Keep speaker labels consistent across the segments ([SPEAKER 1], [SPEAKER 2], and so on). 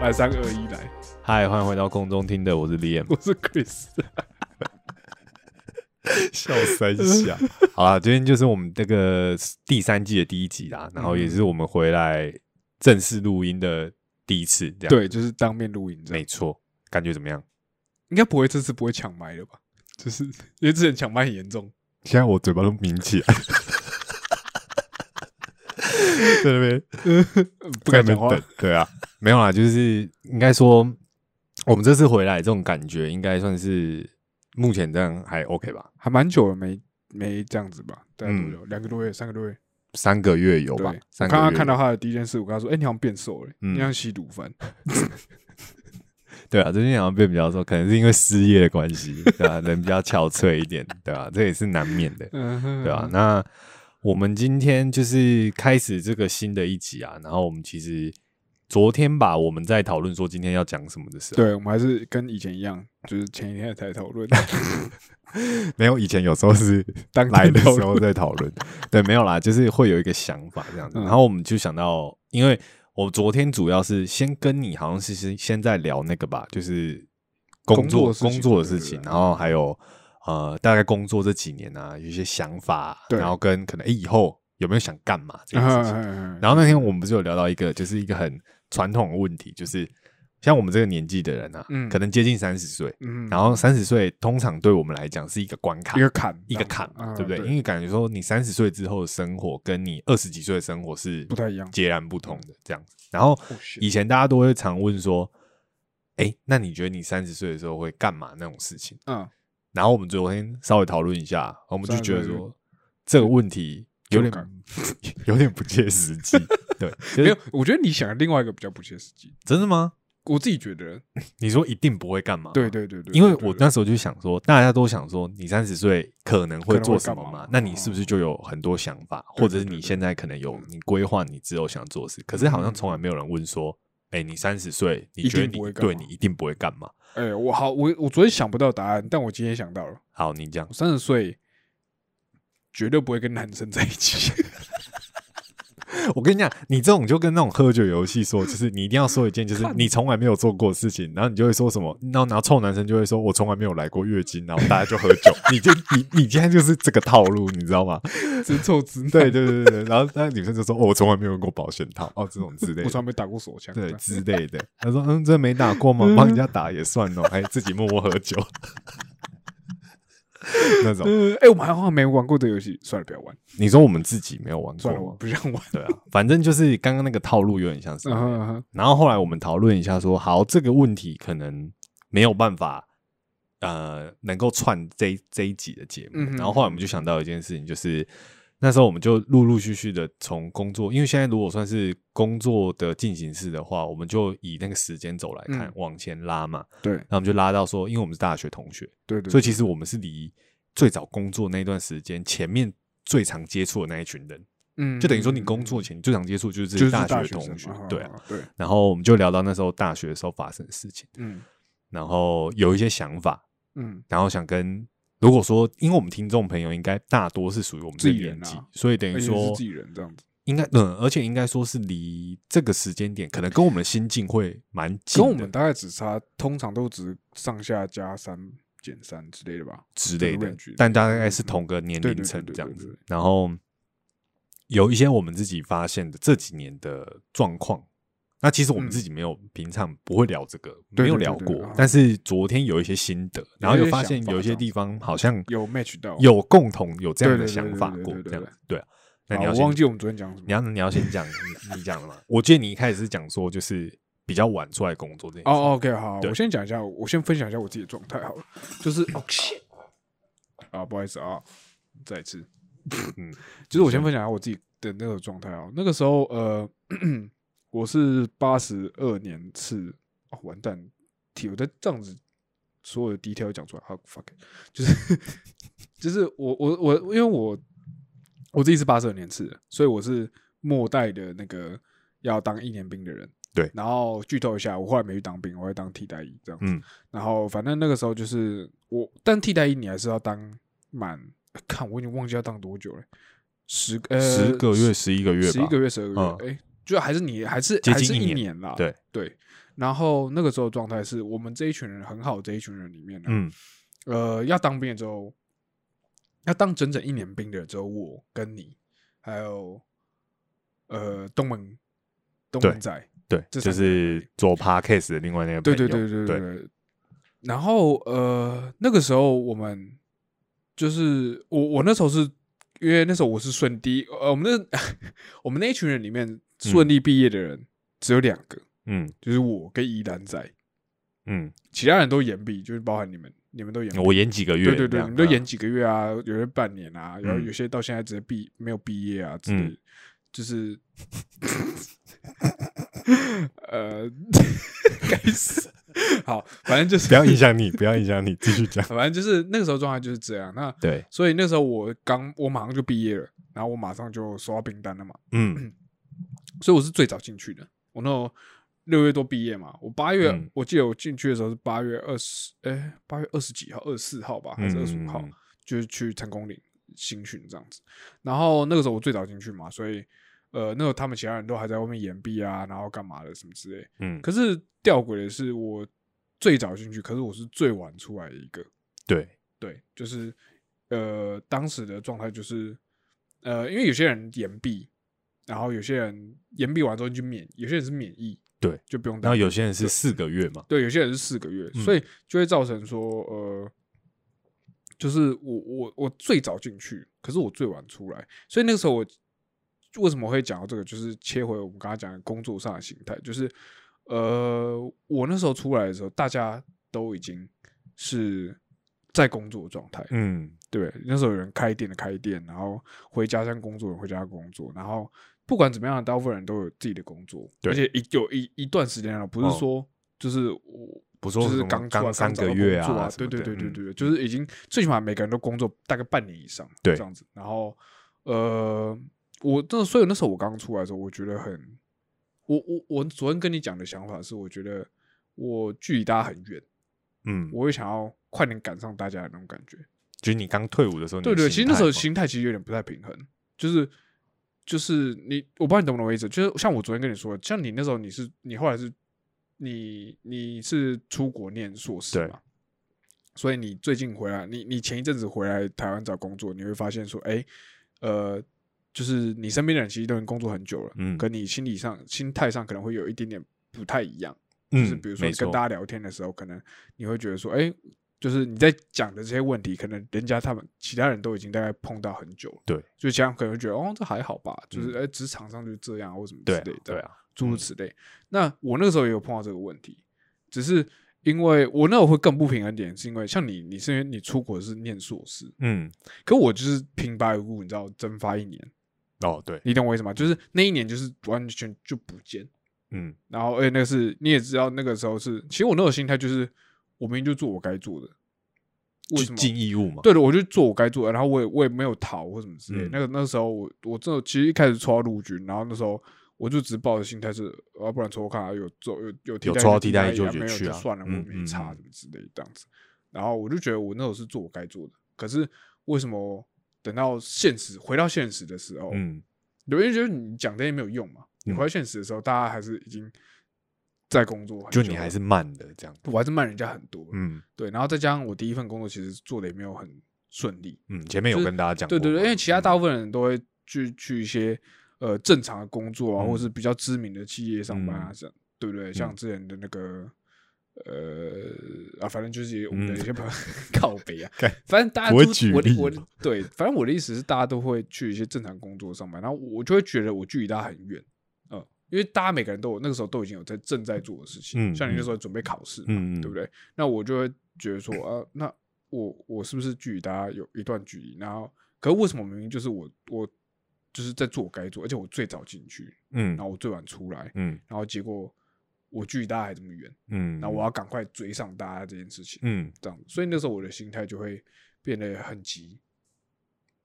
[SPEAKER 1] 来三二一来，
[SPEAKER 2] 嗨，欢迎回到空中听的，我是 Liam，
[SPEAKER 1] 我是 Chris。
[SPEAKER 2] 笑三下。 好啦，今天就是我们这个第三季的第一集啦，然后也是我们回来正式录音的第一次，这样，
[SPEAKER 1] 对，就是当面录影这样
[SPEAKER 2] 没，错，感觉怎么样？
[SPEAKER 1] 应该不会这次不会抢麦了吧？ 就是因为之前抢麦很严重，
[SPEAKER 2] 现在我嘴巴都抿起 来，在那边
[SPEAKER 1] 呃不敢讲话
[SPEAKER 2] 在那边。等。对啊， 没有啦，就是应该说，我们这次回来这种感觉，应该算是目前这样还 OK 吧？
[SPEAKER 1] 还蛮久了没没这样子吧？大概多久？两、个多月，三个多月。
[SPEAKER 2] 三个月有
[SPEAKER 1] 对，
[SPEAKER 2] 嗯吧
[SPEAKER 1] 我？
[SPEAKER 2] 三
[SPEAKER 1] 刚
[SPEAKER 2] 个月
[SPEAKER 1] 刚看到他的第一件事，我跟他说：“哎、你好像变瘦了、
[SPEAKER 2] 嗯
[SPEAKER 1] 你像吸毒犯。
[SPEAKER 2] 对啊，最近好像变比较瘦，可能是因为失业的关系，对啊，人比较憔悴一点，对啊，这也是难免的”，
[SPEAKER 1] 嗯哼，
[SPEAKER 2] 对啊。那我们今天就是开始这个新的一集啊，然后我们其实昨天吧，我们在讨论说今天要讲什么的时候，
[SPEAKER 1] 对，我们还是跟以前一样，就是前一天才讨 论，
[SPEAKER 2] 没有以前有时候是
[SPEAKER 1] 当
[SPEAKER 2] 来
[SPEAKER 1] 天
[SPEAKER 2] 的
[SPEAKER 1] 讨
[SPEAKER 2] 时
[SPEAKER 1] 论
[SPEAKER 2] 候再讨 论，对，没有啦，就是会有一个想法这样子，
[SPEAKER 1] 嗯
[SPEAKER 2] 然后我们就想到，因为我昨天主要是先跟你好像是先先在聊那个吧，就是工作
[SPEAKER 1] 工作的事情
[SPEAKER 2] 工作
[SPEAKER 1] 对
[SPEAKER 2] 的事
[SPEAKER 1] 对
[SPEAKER 2] 情，
[SPEAKER 1] 对
[SPEAKER 2] 然后还有呃，大概工作这几年啊，有一些想法，
[SPEAKER 1] 对啊
[SPEAKER 2] 然后跟可能诶以后有没有想干 嘛这件事情，
[SPEAKER 1] 然
[SPEAKER 2] 然后那天我们不是有聊到一个，就是一个很传统的问题，就是像我们这个年纪的人啊，
[SPEAKER 1] 嗯
[SPEAKER 2] 可能接近三十岁。
[SPEAKER 1] 嗯，
[SPEAKER 2] 然后三十岁通常对我们来讲是一个关卡，
[SPEAKER 1] 一个坎，
[SPEAKER 2] 一个坎嘛，
[SPEAKER 1] 嗯
[SPEAKER 2] 对不对？
[SPEAKER 1] 对？
[SPEAKER 2] 因为感觉说你三十岁之后的生活跟你二十几岁的生活是
[SPEAKER 1] 不太一样哦
[SPEAKER 2] 截然不同的这样子。然后
[SPEAKER 1] shit
[SPEAKER 2] 以前大家都会常问说，哎，那你觉得你三十岁的时候会干嘛那种事情？
[SPEAKER 1] 嗯，
[SPEAKER 2] 然后我们昨天稍微讨论一下，我们就觉得
[SPEAKER 1] 稍微
[SPEAKER 2] 说这个问题有点
[SPEAKER 1] 就感
[SPEAKER 2] 有点不切实 际，对，就是
[SPEAKER 1] 没有，我觉得你想的另外一个比较不切实际。
[SPEAKER 2] 真的吗？
[SPEAKER 1] 我自己觉得，
[SPEAKER 2] 你说一定不会干嘛？
[SPEAKER 1] 对。对对对，
[SPEAKER 2] 啊因为
[SPEAKER 1] 对对
[SPEAKER 2] 我
[SPEAKER 1] 对
[SPEAKER 2] 那时候就想说，大家都想说你三十岁可能会做什么
[SPEAKER 1] 可能会干
[SPEAKER 2] 嘛
[SPEAKER 1] 嘛？哦
[SPEAKER 2] 那你是不是就有很多想法，
[SPEAKER 1] 对
[SPEAKER 2] 或者是
[SPEAKER 1] 对对嗯对
[SPEAKER 2] 你现在可能有你规划你之后想做的事？可是好像从来没有人问说，哎，你三十岁，你
[SPEAKER 1] 嗯一
[SPEAKER 2] 觉得
[SPEAKER 1] 定不
[SPEAKER 2] 你
[SPEAKER 1] 会干嘛
[SPEAKER 2] 对你一定不会干嘛？
[SPEAKER 1] 哎、我好，我我昨天想不到答案，但我今天想到了，
[SPEAKER 2] 好，你讲
[SPEAKER 1] 我，三十岁绝对不会跟男生在一起。
[SPEAKER 2] 我跟你讲，你这种就跟那种喝酒游戏说，就是你一定要说一件就是你从来没有做过的事情，然后你就会说什么，然后然后臭男生就会说我从来没有来过月经，然后大家就喝酒， 你就你你今天就是这个套路，你知道吗？
[SPEAKER 1] 直臭直男，
[SPEAKER 2] 对对对对，对，然后那女生就说：“哦，我从来没有用过保险套哦，这种之类
[SPEAKER 1] 我从
[SPEAKER 2] 的，
[SPEAKER 1] 来没打过手枪。
[SPEAKER 2] 对
[SPEAKER 1] 这样
[SPEAKER 2] 之类的。”她说：“嗯，这没打过吗？帮人家打也算哦，还自己默默喝酒 那种。
[SPEAKER 1] 呃，哎、我们好像没玩过这个游戏，算了，不要玩，”
[SPEAKER 2] 你说我们自己没有玩过
[SPEAKER 1] 算了，我
[SPEAKER 2] 吗？
[SPEAKER 1] 不想玩。
[SPEAKER 2] 对啊，反正就是刚刚那个套路有点像是。
[SPEAKER 1] 嗯哼嗯哼
[SPEAKER 2] 然后后来我们讨论一下说好，这个问题可能没有办法。呃，能够串这一这一集的节目，
[SPEAKER 1] 嗯哼
[SPEAKER 2] 然后后来我们就想到一件事情，就是那时候我们就陆陆续续的从工作，因为现在如果算是工作的进行式的话，我们就以那个时间轴来看，
[SPEAKER 1] 嗯
[SPEAKER 2] 往前拉嘛，
[SPEAKER 1] 对
[SPEAKER 2] 然后我们就拉到说，因为我们是大学同学，
[SPEAKER 1] 对对，
[SPEAKER 2] 所以其实我们是离最早工作那段时间前面最常接触的那一群人，
[SPEAKER 1] 嗯
[SPEAKER 2] 就等于说你工作前你最常接触就是自
[SPEAKER 1] 就是
[SPEAKER 2] 己大学
[SPEAKER 1] 学
[SPEAKER 2] 同
[SPEAKER 1] 生
[SPEAKER 2] 学
[SPEAKER 1] 嘛，
[SPEAKER 2] 对啊，，
[SPEAKER 1] 对，
[SPEAKER 2] 然后我们就聊到那时候大学的时候发生的事情，
[SPEAKER 1] 嗯
[SPEAKER 2] 然后有一些想法，
[SPEAKER 1] 嗯，
[SPEAKER 2] 然后想跟如果说，因为我们听众朋友应该大多是属于我们
[SPEAKER 1] 自
[SPEAKER 2] 这个
[SPEAKER 1] 己人
[SPEAKER 2] 年纪，
[SPEAKER 1] 啊
[SPEAKER 2] 所以等于
[SPEAKER 1] 而且
[SPEAKER 2] 说
[SPEAKER 1] 是自己人这样子，
[SPEAKER 2] 应该嗯，而且应该说是离这个时间点，可能跟我们的心境会蛮近
[SPEAKER 1] 跟
[SPEAKER 2] 的，
[SPEAKER 1] 我们大概只差，通常都只上下加三减三之类的吧。
[SPEAKER 2] 之类
[SPEAKER 1] 这个
[SPEAKER 2] 的
[SPEAKER 1] range，
[SPEAKER 2] 但大概是
[SPEAKER 1] 嗯嗯
[SPEAKER 2] 同个年
[SPEAKER 1] 对
[SPEAKER 2] 龄
[SPEAKER 1] 对
[SPEAKER 2] 层
[SPEAKER 1] 对
[SPEAKER 2] 这样
[SPEAKER 1] 对对
[SPEAKER 2] 子
[SPEAKER 1] 对。
[SPEAKER 2] 然后有一些我们自己发现的这几年的状况，那其实我们
[SPEAKER 1] 嗯
[SPEAKER 2] 自己没有平常不会聊这个，
[SPEAKER 1] 对
[SPEAKER 2] 没有
[SPEAKER 1] 对对
[SPEAKER 2] 聊
[SPEAKER 1] 对
[SPEAKER 2] 过
[SPEAKER 1] 啊，
[SPEAKER 2] 但是昨天有一些心得，然后
[SPEAKER 1] 有
[SPEAKER 2] 又
[SPEAKER 1] 一些
[SPEAKER 2] 发
[SPEAKER 1] 想
[SPEAKER 2] 现
[SPEAKER 1] 法
[SPEAKER 2] 有一
[SPEAKER 1] 这
[SPEAKER 2] 些
[SPEAKER 1] 样
[SPEAKER 2] 地
[SPEAKER 1] 子
[SPEAKER 2] 方好像
[SPEAKER 1] 有 match 到
[SPEAKER 2] 有共同有这样的
[SPEAKER 1] 对对对
[SPEAKER 2] 想
[SPEAKER 1] 对
[SPEAKER 2] 法
[SPEAKER 1] 对
[SPEAKER 2] 过
[SPEAKER 1] 对
[SPEAKER 2] 这
[SPEAKER 1] 对
[SPEAKER 2] 样
[SPEAKER 1] 对
[SPEAKER 2] 子。对啊，那
[SPEAKER 1] 啊
[SPEAKER 2] 你要
[SPEAKER 1] 我
[SPEAKER 2] 先
[SPEAKER 1] 忘记我们昨天讲什么
[SPEAKER 2] 你要你要先讲，你你讲了吗？我记得你一开始是讲说就是比较晚出来工作这件事。
[SPEAKER 1] 哦，OK，好，
[SPEAKER 2] 对 Oh,
[SPEAKER 1] 我先讲一下，我先分享一下我自己的状态好了，就是哦 shit 啊，不好意思啊，再一 次，
[SPEAKER 2] 嗯，
[SPEAKER 1] 就是我先分享一下我自己的那个状态啊，那个时候呃，我是八十二年次，哦，完蛋，体我在这样子所有的 detail 讲出来，好 fuck，it，就是就是我我我因为我我自己是八十二年次的，所以我是末代的那个要当一年兵的人。
[SPEAKER 2] 对
[SPEAKER 1] 然后剧透一下，我后来没去当兵，我会当替代役这样子。
[SPEAKER 2] 嗯
[SPEAKER 1] 然后反正那个时候就是我，但替代役你还是要当满，呃看我已经忘记要当多久了，十呃
[SPEAKER 2] 十个月、十一个月吧，
[SPEAKER 1] 十一个月、十二个
[SPEAKER 2] 嗯
[SPEAKER 1] 月，哎、就还是你还是
[SPEAKER 2] 接
[SPEAKER 1] 还
[SPEAKER 2] 近
[SPEAKER 1] 是
[SPEAKER 2] 一年
[SPEAKER 1] 年啦，
[SPEAKER 2] 对
[SPEAKER 1] 对。然后那个时候的状态是我们这一群人很好，这一群人里面呢，
[SPEAKER 2] 嗯
[SPEAKER 1] 呃，要当兵的之后，要当整整一年兵的只有我跟你，还有呃东门东
[SPEAKER 2] 对
[SPEAKER 1] 门仔，
[SPEAKER 2] 对，
[SPEAKER 1] 这
[SPEAKER 2] 就
[SPEAKER 1] 三个人而
[SPEAKER 2] 是
[SPEAKER 1] 已
[SPEAKER 2] 做 podcast 的另外那个
[SPEAKER 1] 对
[SPEAKER 2] 朋
[SPEAKER 1] 对
[SPEAKER 2] 友
[SPEAKER 1] 对对
[SPEAKER 2] 对
[SPEAKER 1] 对。然后呃，那个时候我们就是我我那时候是因为那时候我是顺第一呃，我们那 我们那一群人里面顺利毕业的人只有两个，
[SPEAKER 2] 嗯
[SPEAKER 1] 就是我跟宜兰仔，
[SPEAKER 2] 嗯，
[SPEAKER 1] 其他人都延毕，就是包含你们，你们都延毕。
[SPEAKER 2] 我演几个月
[SPEAKER 1] 对
[SPEAKER 2] 这
[SPEAKER 1] 对
[SPEAKER 2] 样，
[SPEAKER 1] 对，你们都
[SPEAKER 2] 嗯
[SPEAKER 1] 延几个月啊，有些半年啊，然后
[SPEAKER 2] 嗯
[SPEAKER 1] 有些到现在直接毕没有毕业啊之类的，
[SPEAKER 2] 嗯
[SPEAKER 1] 就是 呃，该死，好，反正就是。
[SPEAKER 2] 不要影响你，不要影响你，继续讲
[SPEAKER 1] 反正就是那个时候状态就是这样。那
[SPEAKER 2] 对，
[SPEAKER 1] 所以那时候我刚我马上就毕业了，然后我马上就收到订单了嘛，
[SPEAKER 2] 嗯
[SPEAKER 1] 所以我是最早进去的。我那时候六月多毕业嘛，我八月、
[SPEAKER 2] 嗯
[SPEAKER 1] 我记得我进去的时候是八月二十，哎，八月二十几号，二十四号吧，还是二十五号？
[SPEAKER 2] 嗯
[SPEAKER 1] 就是去成功岭新训这样子。然后那个时候我最早进去嘛，所以呃，那时候他们其他人都还在外面掩蔽啊，然后干嘛的什么之类。
[SPEAKER 2] 嗯，
[SPEAKER 1] 可是吊诡的是，我最早进去，可是我是最晚出来的一个。
[SPEAKER 2] 对，
[SPEAKER 1] 对，就是呃，当时的状态就是呃，因为有些人延毕，然后有些人延毕完之后就免，有些人是免疫，
[SPEAKER 2] 对，
[SPEAKER 1] 就不用
[SPEAKER 2] 然
[SPEAKER 1] 担
[SPEAKER 2] 后
[SPEAKER 1] 心。
[SPEAKER 2] 有些人是四个月嘛，
[SPEAKER 1] 对，有些人是四个月，
[SPEAKER 2] 嗯
[SPEAKER 1] 所以就会造成说呃，就是我我我最早进去，可是我最晚出来，所以那个时候我为什么会讲到这个，就是切回我们刚刚讲的工作上的心态，就是呃，我那时候出来的时候，大家都已经是在工作状态，
[SPEAKER 2] 嗯
[SPEAKER 1] 对，那时候有人开店的开店，然后回家乡工作的回家工作，然后不管怎么样，大部分人都有自己的工作，
[SPEAKER 2] 对
[SPEAKER 1] 而且一有一一段时间了，啊不
[SPEAKER 2] 哦
[SPEAKER 1] 是说就是我
[SPEAKER 2] 不说
[SPEAKER 1] 就是
[SPEAKER 2] 什么
[SPEAKER 1] 刚
[SPEAKER 2] 刚
[SPEAKER 1] 出来
[SPEAKER 2] 三
[SPEAKER 1] 找
[SPEAKER 2] 个
[SPEAKER 1] 到
[SPEAKER 2] 月
[SPEAKER 1] 工作
[SPEAKER 2] 啊
[SPEAKER 1] 啊，
[SPEAKER 2] 什
[SPEAKER 1] 对
[SPEAKER 2] 么
[SPEAKER 1] 对
[SPEAKER 2] 的
[SPEAKER 1] 对对
[SPEAKER 2] 嗯
[SPEAKER 1] 对对，就是已经最起码每个人都工作大概半年以上，
[SPEAKER 2] 对
[SPEAKER 1] 这样子，然后呃，我那所以那时候我刚出来的时候，我觉得很，我我我昨天跟你讲的想法是，我觉得我距离大家很远，
[SPEAKER 2] 嗯，
[SPEAKER 1] 我会想要快点赶上大家的那种感觉。
[SPEAKER 2] 就是你刚退伍的时候你的
[SPEAKER 1] 对
[SPEAKER 2] 态嘛，
[SPEAKER 1] 对，其实那时候心态其实有点不太平衡，就是就是你，我不知道你懂不懂我意思，就是像我昨天跟你说的，像你那时候你是你后来是你你是出国念硕士
[SPEAKER 2] 对
[SPEAKER 1] 嘛，所以你最近回来，你你前一阵子回来台湾找工作，你会发现说，哎，呃，就是你身边的人其实都已经工作很久了，
[SPEAKER 2] 嗯
[SPEAKER 1] 可你心理上心态上可能会有一点点不太一样。就是
[SPEAKER 2] 嗯，
[SPEAKER 1] 比如说
[SPEAKER 2] 没
[SPEAKER 1] 你跟
[SPEAKER 2] 错
[SPEAKER 1] 大家聊天的时候，可能你会觉得说，哎、就是你在讲的这些问题，可能人家他们其他人都已经大概碰到很久了，
[SPEAKER 2] 对，
[SPEAKER 1] 就其他人可能会觉得，哦，这还好吧，就是
[SPEAKER 2] 嗯
[SPEAKER 1] 哎，职、场上就是这样或什么之
[SPEAKER 2] 对
[SPEAKER 1] 类
[SPEAKER 2] 啊
[SPEAKER 1] 的，
[SPEAKER 2] 对啊，
[SPEAKER 1] 诸如此类。那我那个时候也有碰到这个问题，只是因为我那时候会更不平衡点，是因为像你，你是因为你出国是念硕士，
[SPEAKER 2] 嗯，
[SPEAKER 1] 可我就是平白无故，你知道蒸发一年，
[SPEAKER 2] 哦对，
[SPEAKER 1] 你懂我意思吗？就是那一年就是完全就不见。
[SPEAKER 2] 嗯
[SPEAKER 1] 然后，而哎且那个是你也知道，那个时候是，其实我那种心态就是，我明明就做我该做的，为什
[SPEAKER 2] 就
[SPEAKER 1] 么？
[SPEAKER 2] 尽义务嘛，
[SPEAKER 1] 对的，我就做我该做的，然后我也我也没有逃或什么之类的。
[SPEAKER 2] 嗯
[SPEAKER 1] 那个那时候我我真的其实一开始抽到陆军，然后那时候我就只是抱着心态是，啊，不然抽看啊有做有有替
[SPEAKER 2] 有
[SPEAKER 1] 代
[SPEAKER 2] 抽到
[SPEAKER 1] 就
[SPEAKER 2] 替代役
[SPEAKER 1] 役
[SPEAKER 2] 就
[SPEAKER 1] 啊
[SPEAKER 2] 就
[SPEAKER 1] 没有
[SPEAKER 2] 去
[SPEAKER 1] 就
[SPEAKER 2] 啊
[SPEAKER 1] 算了，我
[SPEAKER 2] 嗯
[SPEAKER 1] 没差
[SPEAKER 2] 嗯
[SPEAKER 1] 什么之类的这样子。然后我就觉得我那时候是做我该做的，可是为什么等到现实回到现实的时候，
[SPEAKER 2] 嗯
[SPEAKER 1] 有人觉得你讲这些没有用嘛？你回到现实的时候，大家还是已经在工作很久了，
[SPEAKER 2] 就你还是慢的这样，
[SPEAKER 1] 我还是慢人家很多，
[SPEAKER 2] 嗯
[SPEAKER 1] 对。然后再加上我第一份工作其实做的也没有很顺利，
[SPEAKER 2] 嗯，前面有
[SPEAKER 1] 就是
[SPEAKER 2] 跟大家讲过
[SPEAKER 1] 对
[SPEAKER 2] 嘛，
[SPEAKER 1] 对对，因为其他大
[SPEAKER 2] 嗯
[SPEAKER 1] 部分人都会去去一些呃正常的工作啊，
[SPEAKER 2] 嗯
[SPEAKER 1] 或是比较知名的企业上班啊
[SPEAKER 2] 嗯，
[SPEAKER 1] 这样对不对？像之前的那个。呃啊，反正就是我们的
[SPEAKER 2] 嗯
[SPEAKER 1] 一些朋友 靠北啊
[SPEAKER 2] 干，
[SPEAKER 1] 反正大家
[SPEAKER 2] 不会
[SPEAKER 1] 都
[SPEAKER 2] 举
[SPEAKER 1] 我的
[SPEAKER 2] 例
[SPEAKER 1] 我的
[SPEAKER 2] 吗
[SPEAKER 1] 对，反正我的意思是，大家都会去一些正常工作上班，然后我就会觉得我距离大家很远，嗯，因为大家每个人都有那个时候都已经有在正在做的事情，
[SPEAKER 2] 嗯
[SPEAKER 1] 像你那
[SPEAKER 2] 嗯
[SPEAKER 1] 时候准备考试嘛，
[SPEAKER 2] 嗯嗯
[SPEAKER 1] 对不对？那我就会觉得说，啊，那我我是不是距离大家有一段距离？然后，可是为什么明明就是我我就是在做我该做，而且我最早进去，然
[SPEAKER 2] 嗯
[SPEAKER 1] 后我最晚出来，
[SPEAKER 2] 嗯
[SPEAKER 1] 然后结果我距离大家还这么远，
[SPEAKER 2] 嗯，
[SPEAKER 1] 然后我要赶快追上大家这件事情，
[SPEAKER 2] 嗯
[SPEAKER 1] 这样，所以那时候我的心态就会变得很急，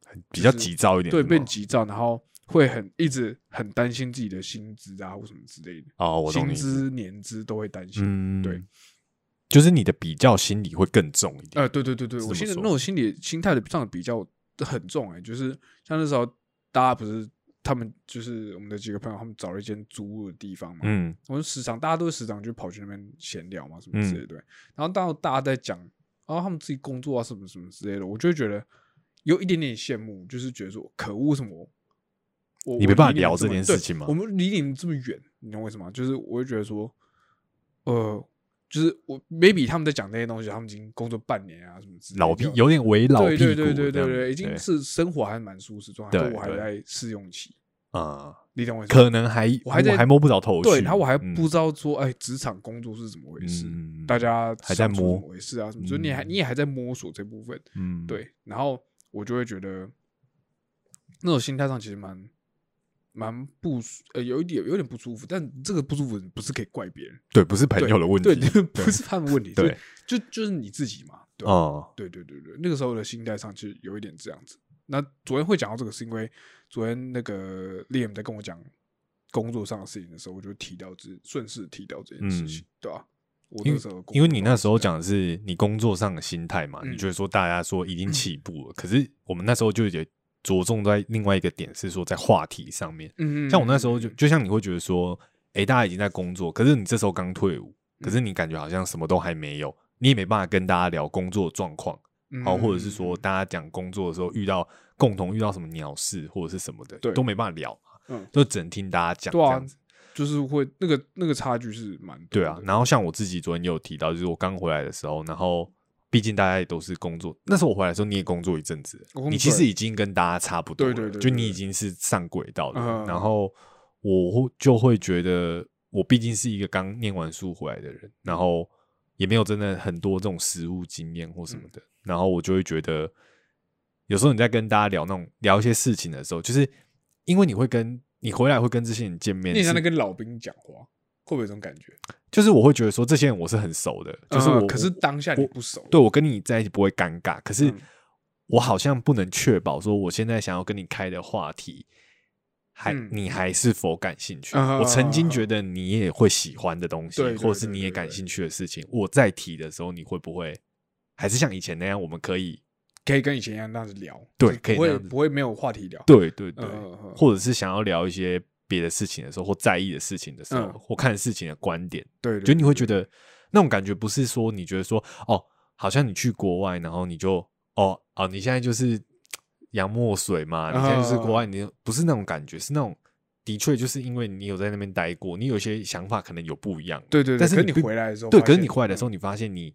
[SPEAKER 2] 很比较
[SPEAKER 1] 就是
[SPEAKER 2] 急躁一点，
[SPEAKER 1] 对，
[SPEAKER 2] 是吗
[SPEAKER 1] 变急躁，然后会很一直很担心自己的薪资啊或什么之类的，
[SPEAKER 2] 哦，我懂
[SPEAKER 1] 薪
[SPEAKER 2] 你，
[SPEAKER 1] 资、年资都会担心。
[SPEAKER 2] 嗯，
[SPEAKER 1] 对，
[SPEAKER 2] 就是你的比较心理会更重一点，
[SPEAKER 1] 呃，对对对对，
[SPEAKER 2] 是
[SPEAKER 1] 我
[SPEAKER 2] 这
[SPEAKER 1] 现
[SPEAKER 2] 么
[SPEAKER 1] 在
[SPEAKER 2] 说
[SPEAKER 1] 那种心理心态的上的比较很重哎、就是像那时候大家不是他们就是我们的几个朋友，他们找了一间租屋的地方嘛，
[SPEAKER 2] 嗯
[SPEAKER 1] 我们时常大家都是时常就跑去那边闲聊嘛，什么
[SPEAKER 2] 嗯
[SPEAKER 1] 之类的。对然后到大家在讲，然后他们自己工作啊，什么什么之类的，我就会觉得有一点点羡慕，就是觉得说，可恶，为什么我我
[SPEAKER 2] 你没
[SPEAKER 1] 我
[SPEAKER 2] 办法
[SPEAKER 1] 离们
[SPEAKER 2] 聊这
[SPEAKER 1] 么
[SPEAKER 2] 件
[SPEAKER 1] 对
[SPEAKER 2] 事情吗
[SPEAKER 1] 我们离你们这么远，你懂为什么吗？就是我会觉得说，呃，就是我 maybe 他们在讲那些东西，他们已经工作半年啊，什么之类的，
[SPEAKER 2] 老屁有点为老屁
[SPEAKER 1] 对
[SPEAKER 2] 股这
[SPEAKER 1] 对
[SPEAKER 2] 样，
[SPEAKER 1] 对对对对，已经
[SPEAKER 2] 对
[SPEAKER 1] 是生活还蛮舒适状态，
[SPEAKER 2] 对
[SPEAKER 1] 可我还
[SPEAKER 2] 对
[SPEAKER 1] 在试用期，
[SPEAKER 2] 啊，
[SPEAKER 1] 你懂我意思吗？
[SPEAKER 2] 可能还
[SPEAKER 1] 嗯我还在
[SPEAKER 2] 还摸不着头绪，
[SPEAKER 1] 对，然后我还
[SPEAKER 2] 嗯
[SPEAKER 1] 不知道说，哎，职场工作是怎么回事，
[SPEAKER 2] 嗯
[SPEAKER 1] 大家
[SPEAKER 2] 还在
[SPEAKER 1] 相处
[SPEAKER 2] 摸
[SPEAKER 1] 怎么回事啊，什么，就你还你也还在摸索这部分，
[SPEAKER 2] 嗯，
[SPEAKER 1] 对，然后我就会觉得那种心态上其实蛮蛮不舒，呃，有一点有点不舒服，但这个不舒服不是可以怪别人，
[SPEAKER 2] 对，不是朋
[SPEAKER 1] 对
[SPEAKER 2] 友的问
[SPEAKER 1] 对，
[SPEAKER 2] 题，
[SPEAKER 1] 就不是他们问题，
[SPEAKER 2] 对，
[SPEAKER 1] 就就是你自己嘛，对吧，
[SPEAKER 2] 哦，
[SPEAKER 1] 对对对对，那个时候的心态上其实有一点这样子。那昨天会讲到这个，是因为昨天那个 Liam 在跟我讲工作上的事情的时候，我就提到这顺势提到这件事情，对吧、我那
[SPEAKER 2] 嗯因
[SPEAKER 1] 个
[SPEAKER 2] 为
[SPEAKER 1] 时候的工
[SPEAKER 2] 因为
[SPEAKER 1] 作
[SPEAKER 2] 你那时候讲的是你工作上的心态嘛，
[SPEAKER 1] 嗯
[SPEAKER 2] 你觉得说大家说已经起步了，可是我们那时候就也着重在另外一个点是说在话题上面，
[SPEAKER 1] 嗯，嗯，
[SPEAKER 2] 像我那时候就就像你会觉得说，诶，大家已经在工作，可是你这时候刚退伍，可
[SPEAKER 1] 嗯
[SPEAKER 2] 是你感觉好像什么都还没有，你也没办法跟大家聊工作状况，
[SPEAKER 1] 嗯，
[SPEAKER 2] 好，
[SPEAKER 1] 嗯
[SPEAKER 2] 或者是说，大家讲工作的时候遇到共同遇到什么鸟事或者是什么的
[SPEAKER 1] 对，
[SPEAKER 2] 都没办法聊嘛，
[SPEAKER 1] 嗯
[SPEAKER 2] 就只能听大家讲这
[SPEAKER 1] 对啊
[SPEAKER 2] 样子。
[SPEAKER 1] 就是会那个那个差距是蛮多
[SPEAKER 2] 对
[SPEAKER 1] 的
[SPEAKER 2] 啊，然后像我自己昨天也有提到，就是我刚回来的时候，然后毕竟大家也都是工作，那时候我回来的时候你也工作一阵子
[SPEAKER 1] 我工，作
[SPEAKER 2] 你其实已经跟大家差不多了，
[SPEAKER 1] 对对对
[SPEAKER 2] 就
[SPEAKER 1] 对
[SPEAKER 2] 你
[SPEAKER 1] 对
[SPEAKER 2] 已经是上轨道的
[SPEAKER 1] 嗯
[SPEAKER 2] 了。然后我会就会觉得，我毕竟是一个刚念完书回来的人，然后也没有真的很多这种实务经验或什
[SPEAKER 1] 嗯
[SPEAKER 2] 么的，然后我就会觉得，有时候你在跟大家聊那种聊一些事情的时候，就是因为你会跟你回来会跟这些人见面，
[SPEAKER 1] 你很像
[SPEAKER 2] 是
[SPEAKER 1] 在跟老兵讲话，会不会有这种感觉？
[SPEAKER 2] 就是我会觉得说这些人我是很熟的，就是
[SPEAKER 1] 呃
[SPEAKER 2] 我、
[SPEAKER 1] 可是
[SPEAKER 2] 我
[SPEAKER 1] 当下你不熟，
[SPEAKER 2] 对我跟你在一起不会尴尬，可是
[SPEAKER 1] 嗯
[SPEAKER 2] 我好像不能确保说我现在想要跟你开的话题，还、
[SPEAKER 1] 嗯
[SPEAKER 2] 你还是否感兴趣、
[SPEAKER 1] 啊
[SPEAKER 2] 我曾经觉得你也会喜欢的东西，
[SPEAKER 1] 对对
[SPEAKER 2] 或者是
[SPEAKER 1] 对
[SPEAKER 2] 你
[SPEAKER 1] 对
[SPEAKER 2] 也
[SPEAKER 1] 对
[SPEAKER 2] 感兴趣的事情，我再提的时候，你会不会还是像以前那样，我们可以
[SPEAKER 1] 可以跟以前一样那样子聊，
[SPEAKER 2] 对
[SPEAKER 1] 就是
[SPEAKER 2] 可以
[SPEAKER 1] 不
[SPEAKER 2] 那
[SPEAKER 1] 会
[SPEAKER 2] 样子
[SPEAKER 1] 不会没有话题聊，
[SPEAKER 2] 对对对，
[SPEAKER 1] 嗯嗯嗯
[SPEAKER 2] 或者是想要聊一些别的事情的时候，或在意的事情的时候，
[SPEAKER 1] 嗯
[SPEAKER 2] 或看事情的观点，
[SPEAKER 1] 对，
[SPEAKER 2] 就你
[SPEAKER 1] 得。
[SPEAKER 2] 会
[SPEAKER 1] 对
[SPEAKER 2] 觉得那种感觉不是说你觉得说哦，好像你去国外，然后你就哦哦，你现在就是洋墨水嘛，你现在就是
[SPEAKER 1] 啊
[SPEAKER 2] 国外，你不是那种感觉，是那种的确就是因为你有在那边待过，你有一些想法可能有不一样，
[SPEAKER 1] 对对对，
[SPEAKER 2] 但是
[SPEAKER 1] 可
[SPEAKER 2] 你
[SPEAKER 1] 你
[SPEAKER 2] 并
[SPEAKER 1] 回来的时候发现，
[SPEAKER 2] 对，可是你回来的时候，
[SPEAKER 1] 嗯，
[SPEAKER 2] 你发现你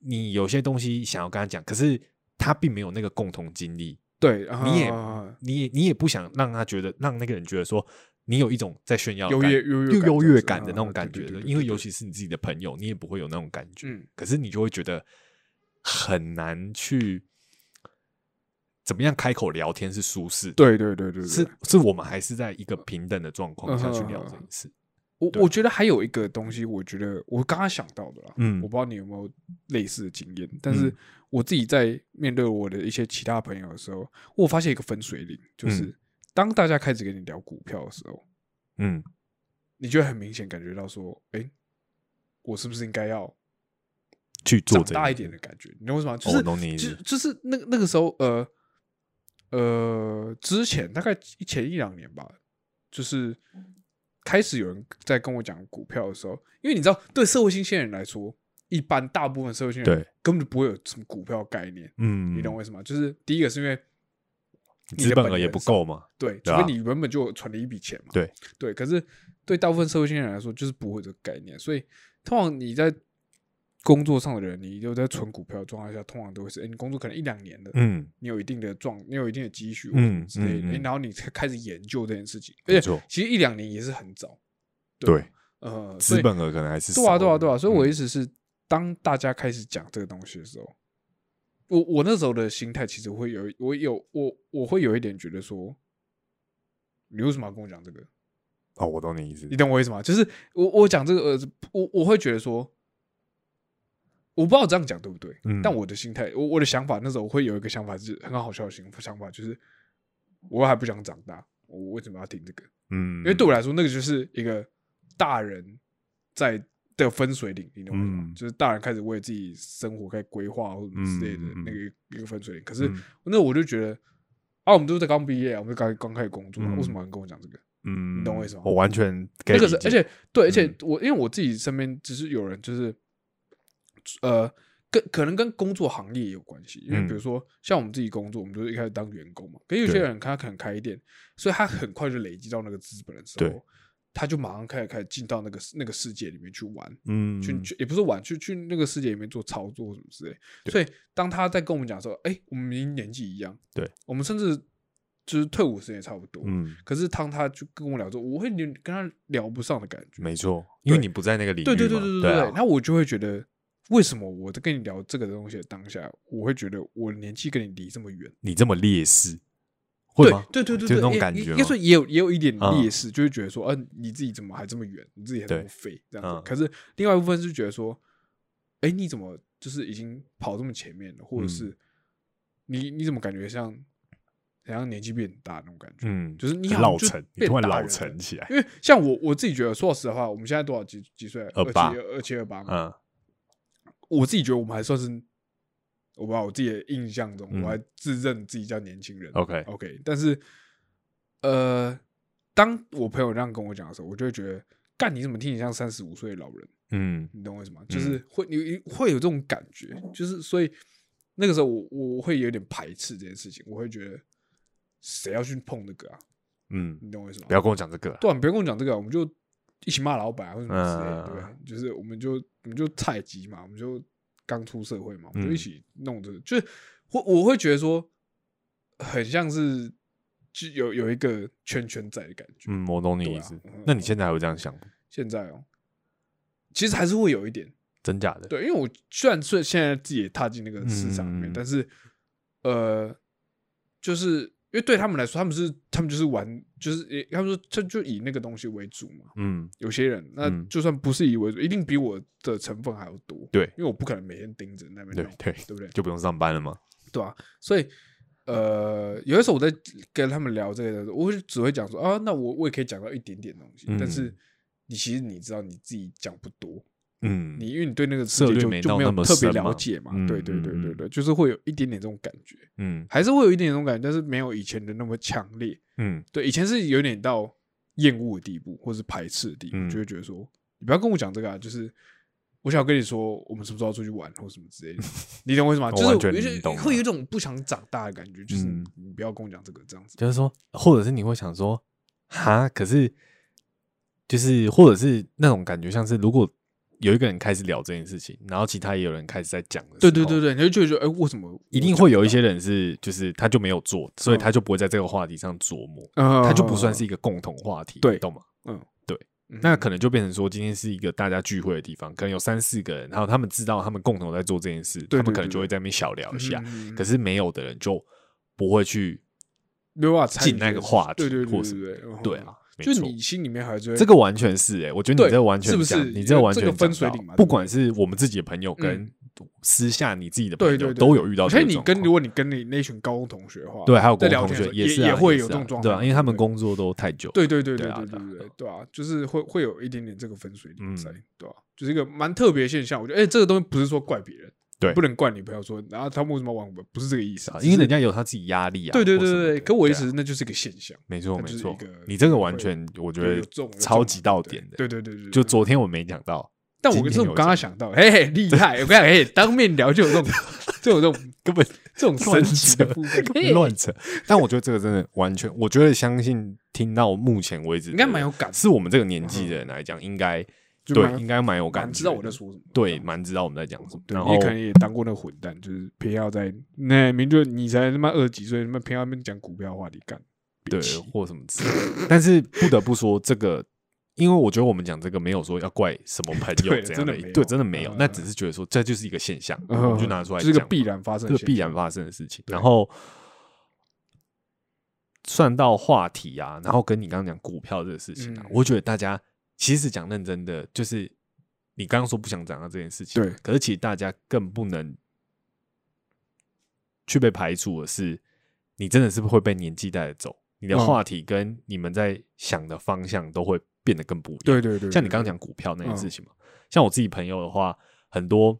[SPEAKER 2] 你有些东西想要跟他讲，可是他并没有那个共同经历，
[SPEAKER 1] 对，
[SPEAKER 2] 你也
[SPEAKER 1] 啊
[SPEAKER 2] 你也你也不想让他觉得让那个人觉得说你有一种在炫耀的
[SPEAKER 1] 优
[SPEAKER 2] 感
[SPEAKER 1] 越优越感
[SPEAKER 2] 又优
[SPEAKER 1] 这样
[SPEAKER 2] 越
[SPEAKER 1] 子
[SPEAKER 2] 感的那
[SPEAKER 1] 啊
[SPEAKER 2] 种感
[SPEAKER 1] 对
[SPEAKER 2] 觉
[SPEAKER 1] 对
[SPEAKER 2] 的，
[SPEAKER 1] 对对
[SPEAKER 2] 因为
[SPEAKER 1] 对
[SPEAKER 2] 尤
[SPEAKER 1] 对
[SPEAKER 2] 其是你自己的朋友，你也不会有那种感觉。
[SPEAKER 1] 嗯
[SPEAKER 2] 可是你就会觉得很难去怎么样开口聊天是舒适的，
[SPEAKER 1] 对对对对对，嗯
[SPEAKER 2] 是是我们还是在一个平等的状况下去聊这件事。
[SPEAKER 1] 我
[SPEAKER 2] 对
[SPEAKER 1] 我觉得还有一个东西，我觉得我刚刚想到的啦，
[SPEAKER 2] 嗯
[SPEAKER 1] 我不知道你有没有类似的经验，但是
[SPEAKER 2] 嗯
[SPEAKER 1] 我自己在面对我的一些其他朋友的时候，我发现一个分水岭，就是
[SPEAKER 2] 嗯
[SPEAKER 1] 当大家开始跟你聊股票的时候，
[SPEAKER 2] 嗯，
[SPEAKER 1] 你就会很明显感觉到说，哎，我是不是应该要
[SPEAKER 2] 去做
[SPEAKER 1] 长
[SPEAKER 2] 这
[SPEAKER 1] 大
[SPEAKER 2] 件
[SPEAKER 1] 一点
[SPEAKER 2] 事
[SPEAKER 1] 的感觉？你懂我意思吗？就
[SPEAKER 2] 哦
[SPEAKER 1] 是
[SPEAKER 2] 我懂你意
[SPEAKER 1] 就
[SPEAKER 2] 思。
[SPEAKER 1] 就是那个那个时候，呃呃，之前大概一前一两年吧，就是开始有人在跟我讲股票的时候，因为你知道，对社会新鲜人来说，一般大部分社会新鲜人
[SPEAKER 2] 对
[SPEAKER 1] 根本就不会有什么股票概念，
[SPEAKER 2] 嗯，
[SPEAKER 1] 你懂我意思吗？就是第一个是因为你
[SPEAKER 2] 资
[SPEAKER 1] 的
[SPEAKER 2] 本额也
[SPEAKER 1] 源
[SPEAKER 2] 不
[SPEAKER 1] 少
[SPEAKER 2] 够嘛？
[SPEAKER 1] 对，除
[SPEAKER 2] 对啊
[SPEAKER 1] 非你原本就有存了一笔钱嘛。
[SPEAKER 2] 对
[SPEAKER 1] 对，可是对大部分社会新鲜人来说，就是不会有这个概念，所以通常你在工作上的人，你又在存股票的状态下，通常都会是，哎、你工作可能一两年的，
[SPEAKER 2] 嗯，
[SPEAKER 1] 你有一定的状，你有一定的积蓄，
[SPEAKER 2] 嗯
[SPEAKER 1] 嗯之类的、
[SPEAKER 2] 嗯嗯
[SPEAKER 1] 诶然后你才开始研究这件事情，
[SPEAKER 2] 没
[SPEAKER 1] 而
[SPEAKER 2] 错
[SPEAKER 1] 且其实一两年也是很早，吧
[SPEAKER 2] 对，
[SPEAKER 1] 呃，所
[SPEAKER 2] 资
[SPEAKER 1] 以
[SPEAKER 2] 本额可能还是
[SPEAKER 1] 对啊，
[SPEAKER 2] 少
[SPEAKER 1] 对啊，
[SPEAKER 2] 的
[SPEAKER 1] 对啊，所以我的
[SPEAKER 2] 嗯
[SPEAKER 1] 意思是，当大家开始讲这个东西的时候，我我那时候的心态其实会有，我有我我会有一点觉得说，你为什么要跟我讲这个？
[SPEAKER 2] 哦，我懂你意思
[SPEAKER 1] 你。懂我意思吗？就是我我讲这个呃，我我会觉得说，我不知道我这样讲对不对，
[SPEAKER 2] 嗯
[SPEAKER 1] 但我的心态，我我的想法，那时候我会有一个想法是很好笑的想想法，就是我还不想长大，我为什么要听这个？
[SPEAKER 2] 嗯，
[SPEAKER 1] 因为对我来说，那个就是一个大人在的分水岭，你懂我意思吗？
[SPEAKER 2] 嗯
[SPEAKER 1] 就是大人开始为自己生活开始规划或者什么之类的
[SPEAKER 2] 嗯嗯嗯
[SPEAKER 1] 那个一个分水岭。可是
[SPEAKER 2] 嗯
[SPEAKER 1] 那我就觉得，啊，我们都是刚毕业，我们刚刚开始工作，
[SPEAKER 2] 嗯
[SPEAKER 1] 为什么要跟我讲这个？
[SPEAKER 2] 嗯，
[SPEAKER 1] 你懂我意思吗
[SPEAKER 2] 我完全可以
[SPEAKER 1] 那个是，
[SPEAKER 2] 理解
[SPEAKER 1] 而且对，而且
[SPEAKER 2] 嗯
[SPEAKER 1] 我因为我自己身边只是有人就是，呃，跟可能跟工作行业也有关系，因为
[SPEAKER 2] 嗯
[SPEAKER 1] 比如说像我们自己工作，我们就是一开始当员工嘛，可是有些
[SPEAKER 2] 对
[SPEAKER 1] 人他可能开店，所以他很快就累积到那个资本的时
[SPEAKER 2] 对
[SPEAKER 1] 候，他就马上开始开始进到那个那个世界里面去玩，
[SPEAKER 2] 嗯，
[SPEAKER 1] 去去也不是玩，去去那个世界里面做操作什么之类。
[SPEAKER 2] 对
[SPEAKER 1] 所以当他在跟我们讲说，哎、我们已经年纪一样，
[SPEAKER 2] 对
[SPEAKER 1] 我们甚至就是退伍时间也差不多，
[SPEAKER 2] 嗯，
[SPEAKER 1] 可是当他就跟我聊说，我会有跟他聊不上的感觉。
[SPEAKER 2] 没错，因为你不在那个领域嘛，
[SPEAKER 1] 对对对对
[SPEAKER 2] 对
[SPEAKER 1] 对，
[SPEAKER 2] 啊，
[SPEAKER 1] 那我就会觉得，为什么我在跟你聊这个东西的当下，我会觉得我年纪跟你离这么远？
[SPEAKER 2] 你这么劣势，会
[SPEAKER 1] 对
[SPEAKER 2] 吗？
[SPEAKER 1] 对对对
[SPEAKER 2] 就
[SPEAKER 1] 对，
[SPEAKER 2] 那种
[SPEAKER 1] 也
[SPEAKER 2] 感
[SPEAKER 1] 也应
[SPEAKER 2] 觉吗
[SPEAKER 1] 该说也有也有一点
[SPEAKER 2] 嗯
[SPEAKER 1] 劣势，就会觉得说，嗯、你自己怎么还这么远？你自己还这么
[SPEAKER 2] 对
[SPEAKER 1] 废这样子
[SPEAKER 2] 嗯。
[SPEAKER 1] 可是另外一部分是觉得说，哎、你怎么就是已经跑这么前面了，或者
[SPEAKER 2] 嗯
[SPEAKER 1] 是你你怎么感觉像好像年纪变大那种感觉？
[SPEAKER 2] 嗯，
[SPEAKER 1] 就是你好像
[SPEAKER 2] 老
[SPEAKER 1] 就
[SPEAKER 2] 成，你
[SPEAKER 1] 变
[SPEAKER 2] 突然
[SPEAKER 1] 大
[SPEAKER 2] 老
[SPEAKER 1] 人了
[SPEAKER 2] 成起来，
[SPEAKER 1] 因为像我我自己觉得，说实话，我们现在多少几几岁？
[SPEAKER 2] 28
[SPEAKER 1] 二七二八嘛。
[SPEAKER 2] 嗯
[SPEAKER 1] 我自己觉得我们还算是，我把我自己的印象中，
[SPEAKER 2] 嗯
[SPEAKER 1] 我还自认自己叫年轻人。
[SPEAKER 2] ，OK，
[SPEAKER 1] OK，但是呃，当我朋友这样跟我讲的时候，我就会觉得，干你怎么听你像三十五岁的老人？
[SPEAKER 2] 嗯
[SPEAKER 1] 你懂我意思吗？就是会你你会有这种感觉，就是所以那个时候我我会有点排斥这件事情，我会觉得谁要去碰这个啊？
[SPEAKER 2] 嗯，
[SPEAKER 1] 你懂我意思吗
[SPEAKER 2] 不？要跟我讲这个啦，
[SPEAKER 1] 对啊，你不要跟我讲这个啊，我们就一起骂老板啊，或者什么之类的，对不
[SPEAKER 2] 嗯
[SPEAKER 1] 对？就是我们就我们就菜鸡嘛，我们就刚出社会嘛，我们就
[SPEAKER 2] 嗯
[SPEAKER 1] 一起弄这个，就是我我会觉得说，很像是就有有一个圈圈在的感觉。
[SPEAKER 2] 嗯，我懂你
[SPEAKER 1] 对
[SPEAKER 2] 意
[SPEAKER 1] 啊
[SPEAKER 2] 思
[SPEAKER 1] 嗯。
[SPEAKER 2] 那你现在还会这样想吗？
[SPEAKER 1] 现在哦，其实还是会有一点，
[SPEAKER 2] 真假的？
[SPEAKER 1] 对，因为我虽然是现在自己也踏进那个市场里面，
[SPEAKER 2] 嗯
[SPEAKER 1] 但是呃，就是因为对他们来说，他们是他们就是玩，就是也他们说他就以那个东西为主嘛，
[SPEAKER 2] 嗯，
[SPEAKER 1] 有些人，那
[SPEAKER 2] 嗯
[SPEAKER 1] 就算不是以为主，一定比我的成分还要多。
[SPEAKER 2] 对
[SPEAKER 1] 因为我不可能每天盯着那边
[SPEAKER 2] 对
[SPEAKER 1] 弄，
[SPEAKER 2] 对，
[SPEAKER 1] 对不对？
[SPEAKER 2] 就不用上班了吗？
[SPEAKER 1] 对啊，所以呃，有的时候我在跟他们聊这个的时候，我会只会讲说啊，那我我也可以讲到一点点东西，
[SPEAKER 2] 嗯
[SPEAKER 1] 但是你其实你知道你自己讲不多，
[SPEAKER 2] 嗯，
[SPEAKER 1] 你因为你对那个世
[SPEAKER 2] 涉
[SPEAKER 1] 界
[SPEAKER 2] 猎
[SPEAKER 1] 就
[SPEAKER 2] 没
[SPEAKER 1] 就
[SPEAKER 2] 到
[SPEAKER 1] 没有
[SPEAKER 2] 那么
[SPEAKER 1] 特别
[SPEAKER 2] 深嘛
[SPEAKER 1] 了解嘛。
[SPEAKER 2] 嗯
[SPEAKER 1] 对对对
[SPEAKER 2] 嗯
[SPEAKER 1] 对
[SPEAKER 2] 嗯
[SPEAKER 1] 对，就是会有一点点这种感觉，
[SPEAKER 2] 嗯
[SPEAKER 1] 还是会有一点点这种感觉，但是没有以前的那么强烈。
[SPEAKER 2] 嗯
[SPEAKER 1] 对，以前是有点到厌恶的地步，或是排斥的地步，
[SPEAKER 2] 嗯
[SPEAKER 1] 就会觉得说，你不要跟我讲这个啊，就是我想跟你说，我们什么时候要出去玩或什么之类 的，你懂我意思吗？
[SPEAKER 2] 我
[SPEAKER 1] 就是
[SPEAKER 2] 完
[SPEAKER 1] 有
[SPEAKER 2] 全
[SPEAKER 1] 些
[SPEAKER 2] 懂
[SPEAKER 1] 会
[SPEAKER 2] 啊
[SPEAKER 1] 有一种不想长大的感觉，就是
[SPEAKER 2] 嗯
[SPEAKER 1] 你不要跟我讲这个这样子。
[SPEAKER 2] 就是说，或者是你会想说，哈，可是就是或者是那种感觉，像是如果有一个人开始聊这件事情，然后其他也有人开始在讲的时
[SPEAKER 1] 对
[SPEAKER 2] 候，
[SPEAKER 1] 对对，对，你就觉得哎、为什么
[SPEAKER 2] 一定会有一些人是就是他就没有做，所以
[SPEAKER 1] 嗯
[SPEAKER 2] 他就不会在这个话题上琢磨，
[SPEAKER 1] 他
[SPEAKER 2] 他就不算是一个共同话题，
[SPEAKER 1] 嗯对嗯
[SPEAKER 2] 你懂吗？那
[SPEAKER 1] 那
[SPEAKER 2] 可能就变成说，今天是一个大家聚会的地方，可能有三四个人，然后他们知道他们共同在做这件事，
[SPEAKER 1] 对
[SPEAKER 2] 他们
[SPEAKER 1] 对
[SPEAKER 2] 可能
[SPEAKER 1] 对嗯
[SPEAKER 2] 就会在那边小聊一下。啊可
[SPEAKER 1] 是
[SPEAKER 2] 是没有的人就不会去
[SPEAKER 1] 没有办法参与
[SPEAKER 2] 进那
[SPEAKER 1] 这
[SPEAKER 2] 个
[SPEAKER 1] 事
[SPEAKER 2] 话
[SPEAKER 1] 对
[SPEAKER 2] 题
[SPEAKER 1] 对
[SPEAKER 2] 或
[SPEAKER 1] 对对
[SPEAKER 2] 什
[SPEAKER 1] 对，嗯
[SPEAKER 2] 对啊，没
[SPEAKER 1] 就
[SPEAKER 2] 错
[SPEAKER 1] 你心里面还是会
[SPEAKER 2] 这个完全是哎、我觉得你
[SPEAKER 1] 对
[SPEAKER 2] 这完全
[SPEAKER 1] 是不
[SPEAKER 2] 讲
[SPEAKER 1] 是
[SPEAKER 2] 你这完全
[SPEAKER 1] 这个分
[SPEAKER 2] 讲到
[SPEAKER 1] 水岭嘛对
[SPEAKER 2] 不
[SPEAKER 1] 不对
[SPEAKER 2] 管是我们自己的朋友跟
[SPEAKER 1] 嗯
[SPEAKER 2] 私下你自己的朋
[SPEAKER 1] 对
[SPEAKER 2] 友
[SPEAKER 1] 对对
[SPEAKER 2] 都有遇到
[SPEAKER 1] 所
[SPEAKER 2] 这
[SPEAKER 1] 以
[SPEAKER 2] 个
[SPEAKER 1] 你
[SPEAKER 2] 状况，
[SPEAKER 1] 跟如果你跟你那群高中同学的话，
[SPEAKER 2] 对还有
[SPEAKER 1] 在
[SPEAKER 2] 跟
[SPEAKER 1] 聊
[SPEAKER 2] 同
[SPEAKER 1] 天的
[SPEAKER 2] 学
[SPEAKER 1] 时候
[SPEAKER 2] 也是啊
[SPEAKER 1] 也会有
[SPEAKER 2] 是
[SPEAKER 1] 这
[SPEAKER 2] 啊
[SPEAKER 1] 种状
[SPEAKER 2] 对
[SPEAKER 1] 态
[SPEAKER 2] 啊，因为他们
[SPEAKER 1] 对
[SPEAKER 2] 工作都太久，
[SPEAKER 1] 对对对
[SPEAKER 2] 对
[SPEAKER 1] 对
[SPEAKER 2] 啊
[SPEAKER 1] 对
[SPEAKER 2] 对啊
[SPEAKER 1] 对对对啊，就是会会有一点点这个分水岭在
[SPEAKER 2] 嗯，
[SPEAKER 1] 对啊，就是一个蛮特别的现象。我觉得，哎，这个东西不是说怪别人，
[SPEAKER 2] 对
[SPEAKER 1] 不能怪你朋友说，然后他们为什么玩我们，不是这个意思
[SPEAKER 2] 啊，因为
[SPEAKER 1] 只是
[SPEAKER 2] 人家有他自己压力啊，
[SPEAKER 1] 对对
[SPEAKER 2] 或
[SPEAKER 1] 对
[SPEAKER 2] 什么
[SPEAKER 1] 对
[SPEAKER 2] 的
[SPEAKER 1] 对，可我意
[SPEAKER 2] 对啊
[SPEAKER 1] 思是那就是一个现象，
[SPEAKER 2] 没错
[SPEAKER 1] 它
[SPEAKER 2] 没
[SPEAKER 1] 就是
[SPEAKER 2] 错
[SPEAKER 1] 一个，
[SPEAKER 2] 你这个
[SPEAKER 1] 会
[SPEAKER 2] 完全我觉
[SPEAKER 1] 有有
[SPEAKER 2] 得
[SPEAKER 1] 中有
[SPEAKER 2] 超
[SPEAKER 1] 中
[SPEAKER 2] 级
[SPEAKER 1] 嘛
[SPEAKER 2] 到
[SPEAKER 1] 对
[SPEAKER 2] 点的，
[SPEAKER 1] 对对对对，对
[SPEAKER 2] 就昨天我没讲到，
[SPEAKER 1] 但
[SPEAKER 2] 今
[SPEAKER 1] 我
[SPEAKER 2] 天
[SPEAKER 1] 是我
[SPEAKER 2] 有
[SPEAKER 1] 刚刚
[SPEAKER 2] 讲
[SPEAKER 1] 想到，嘿嘿，厉害！我跟你讲，嘿，当面聊就有 这种就有这种
[SPEAKER 2] 根本
[SPEAKER 1] 这种神奇的
[SPEAKER 2] 乱扯
[SPEAKER 1] 部分，嘿
[SPEAKER 2] 乱扯。但我觉得这个真的完全，我觉得相信听到目前为止，
[SPEAKER 1] 应该蛮有感嗯
[SPEAKER 2] 是我们这个年纪的人来讲，应该
[SPEAKER 1] 就
[SPEAKER 2] 对
[SPEAKER 1] 蛮，
[SPEAKER 2] 应该蛮有感
[SPEAKER 1] 蛮
[SPEAKER 2] 觉的，
[SPEAKER 1] 知道我在说什么，啊
[SPEAKER 2] 对，蛮知道我们在讲什么。
[SPEAKER 1] 对，
[SPEAKER 2] 然
[SPEAKER 1] 你
[SPEAKER 2] 后
[SPEAKER 1] 也可能也当过那个混蛋，就是偏要在那明就你才他妈二十几岁，他妈偏要那边讲股票话题干。
[SPEAKER 2] 对
[SPEAKER 1] 别气
[SPEAKER 2] 或什么之类的，但是不得不说这个。因为我觉得我们讲这个没有说要怪什么朋友
[SPEAKER 1] 对
[SPEAKER 2] 这样
[SPEAKER 1] 真的没有
[SPEAKER 2] 对，真的没有
[SPEAKER 1] 嗯。
[SPEAKER 2] 那只是觉得说这就是一个现象，我
[SPEAKER 1] 嗯
[SPEAKER 2] 们就拿出来
[SPEAKER 1] 这是个
[SPEAKER 2] 讲
[SPEAKER 1] 必然发生
[SPEAKER 2] 这
[SPEAKER 1] 的
[SPEAKER 2] 个
[SPEAKER 1] 现象，
[SPEAKER 2] 必然发生的事情。
[SPEAKER 1] 对
[SPEAKER 2] 然后算到话题啊，然后跟你刚刚讲股票这个事情啊，
[SPEAKER 1] 嗯
[SPEAKER 2] 我觉得大家其实讲认真的，就是你刚刚说不想讲到这件事情，
[SPEAKER 1] 对
[SPEAKER 2] 可是其实大家更不能去被排除的是，你真的是会被年纪带着走，你的
[SPEAKER 1] 嗯
[SPEAKER 2] 话题跟你们在想的方向都会变得更不一样。
[SPEAKER 1] 对对对，
[SPEAKER 2] 像你
[SPEAKER 1] 对
[SPEAKER 2] 刚刚
[SPEAKER 1] 对
[SPEAKER 2] 讲股票那件事
[SPEAKER 1] 嗯
[SPEAKER 2] 情嘛，像我自己朋友的话，很多，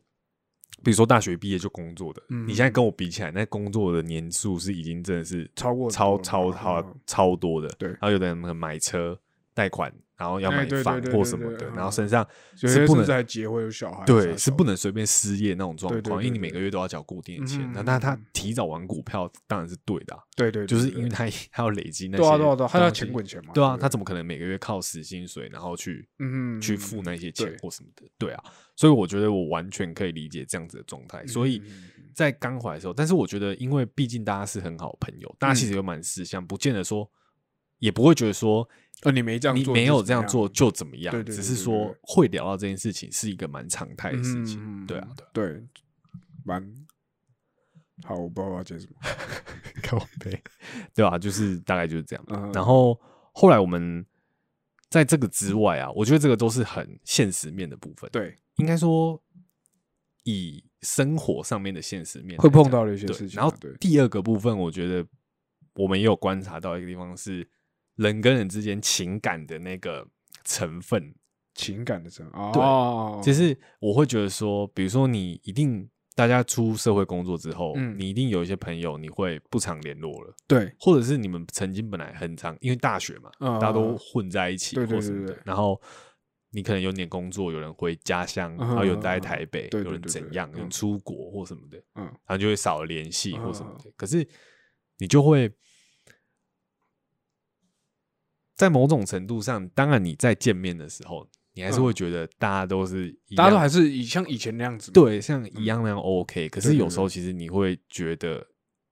[SPEAKER 2] 比如说大学毕业就工作的，
[SPEAKER 1] 嗯
[SPEAKER 2] 你现在跟我比起来，那工作的年数是已经真的是
[SPEAKER 1] 超过
[SPEAKER 2] 超
[SPEAKER 1] 很
[SPEAKER 2] 超
[SPEAKER 1] 多了
[SPEAKER 2] 超
[SPEAKER 1] 嗯
[SPEAKER 2] 超多的。
[SPEAKER 1] 对
[SPEAKER 2] 然后有的人可能买车贷款，然后要
[SPEAKER 1] 哎
[SPEAKER 2] 买
[SPEAKER 1] 对对
[SPEAKER 2] 房
[SPEAKER 1] 对
[SPEAKER 2] 或
[SPEAKER 1] 对
[SPEAKER 2] 什么
[SPEAKER 1] 对
[SPEAKER 2] 的，
[SPEAKER 1] 嗯
[SPEAKER 2] 然后身上
[SPEAKER 1] 有
[SPEAKER 2] 是
[SPEAKER 1] 些
[SPEAKER 2] 不
[SPEAKER 1] 甚
[SPEAKER 2] 能
[SPEAKER 1] 至还结婚有小孩，
[SPEAKER 2] 对是不
[SPEAKER 1] 能
[SPEAKER 2] 能随便失业那种状
[SPEAKER 1] 对对
[SPEAKER 2] 况，
[SPEAKER 1] 对
[SPEAKER 2] 因为你
[SPEAKER 1] 对
[SPEAKER 2] 每个
[SPEAKER 1] 对
[SPEAKER 2] 月都要缴固定的钱。
[SPEAKER 1] 嗯
[SPEAKER 2] 那
[SPEAKER 1] 嗯
[SPEAKER 2] 那他
[SPEAKER 1] 嗯
[SPEAKER 2] 提早玩股票当然是对的啊，
[SPEAKER 1] 对对，对
[SPEAKER 2] 就是
[SPEAKER 1] 对
[SPEAKER 2] 因为他他要累积那些
[SPEAKER 1] 对啊对啊对啊，他要
[SPEAKER 2] 东西
[SPEAKER 1] 钱滚钱嘛，
[SPEAKER 2] 对啊，
[SPEAKER 1] 不
[SPEAKER 2] 他怎么可能每个月靠死薪水然后去
[SPEAKER 1] 嗯
[SPEAKER 2] 去付那些钱
[SPEAKER 1] 对
[SPEAKER 2] 或什么的？对啊，所以我觉得我完全可以理解这样子的状态。所以
[SPEAKER 1] 嗯嗯嗯嗯
[SPEAKER 2] 在刚回来的时候，但是我觉得，因为毕竟大家是很好的朋友，大家其
[SPEAKER 1] 嗯
[SPEAKER 2] 实有蛮识相，不见得说也不会觉得说
[SPEAKER 1] 呃你没这样
[SPEAKER 2] 你
[SPEAKER 1] 做
[SPEAKER 2] 没
[SPEAKER 1] 就
[SPEAKER 2] 有
[SPEAKER 1] 怎
[SPEAKER 2] 这样
[SPEAKER 1] 样
[SPEAKER 2] 做就怎么样
[SPEAKER 1] 对，对
[SPEAKER 2] 只
[SPEAKER 1] 对
[SPEAKER 2] 是
[SPEAKER 1] 对
[SPEAKER 2] 说
[SPEAKER 1] 对嗯
[SPEAKER 2] 会聊到这件事情是一个蛮常态的事情。对啊，对啊，
[SPEAKER 1] 对，蛮好，我不知道我要接什么，
[SPEAKER 2] 靠背，对啊，就是大概就是这样。
[SPEAKER 1] 嗯
[SPEAKER 2] 然后后来我们在这个之外啊，我觉得这个都是很现实面的部分。
[SPEAKER 1] 对，
[SPEAKER 2] 应该说以生活上面的现实面
[SPEAKER 1] 会
[SPEAKER 2] 来讲
[SPEAKER 1] 碰到的一些
[SPEAKER 2] 对
[SPEAKER 1] 事情啊
[SPEAKER 2] 然后
[SPEAKER 1] 对
[SPEAKER 2] 第二个部分，我觉得我们也有观察到一个地方是人跟人之间情感的那个成分，
[SPEAKER 1] 情感的成
[SPEAKER 2] 对
[SPEAKER 1] 哦，
[SPEAKER 2] 就，是我会觉得说，比如说你一定。大家出社会工作之后，
[SPEAKER 1] 嗯
[SPEAKER 2] 你一定有一些朋友，你会不常联络了，
[SPEAKER 1] 对
[SPEAKER 2] 或者是你们曾经本来很常，因为大学嘛，
[SPEAKER 1] 嗯
[SPEAKER 2] 大家都混在一起
[SPEAKER 1] 对对
[SPEAKER 2] 或什么的，
[SPEAKER 1] 对对对
[SPEAKER 2] 然后你可能有点工作，有人回家乡，
[SPEAKER 1] 嗯
[SPEAKER 2] 然后有人待在台北，
[SPEAKER 1] 对对
[SPEAKER 2] 有人
[SPEAKER 1] 对对
[SPEAKER 2] 怎
[SPEAKER 1] 对
[SPEAKER 2] 样，有人
[SPEAKER 1] 嗯
[SPEAKER 2] 出国或什么的，
[SPEAKER 1] 嗯，
[SPEAKER 2] 然后就会少了联系
[SPEAKER 1] 嗯
[SPEAKER 2] 或什么的。可是你就会在某种程度上，当然你在见面的时候，你还是
[SPEAKER 1] 嗯
[SPEAKER 2] 会觉得大家都是一
[SPEAKER 1] 大家都
[SPEAKER 2] 样
[SPEAKER 1] 还是以像以前那样子，，嗯
[SPEAKER 2] 对像一样那样 OK，、可是
[SPEAKER 1] 对对
[SPEAKER 2] 有时候其实你会觉得。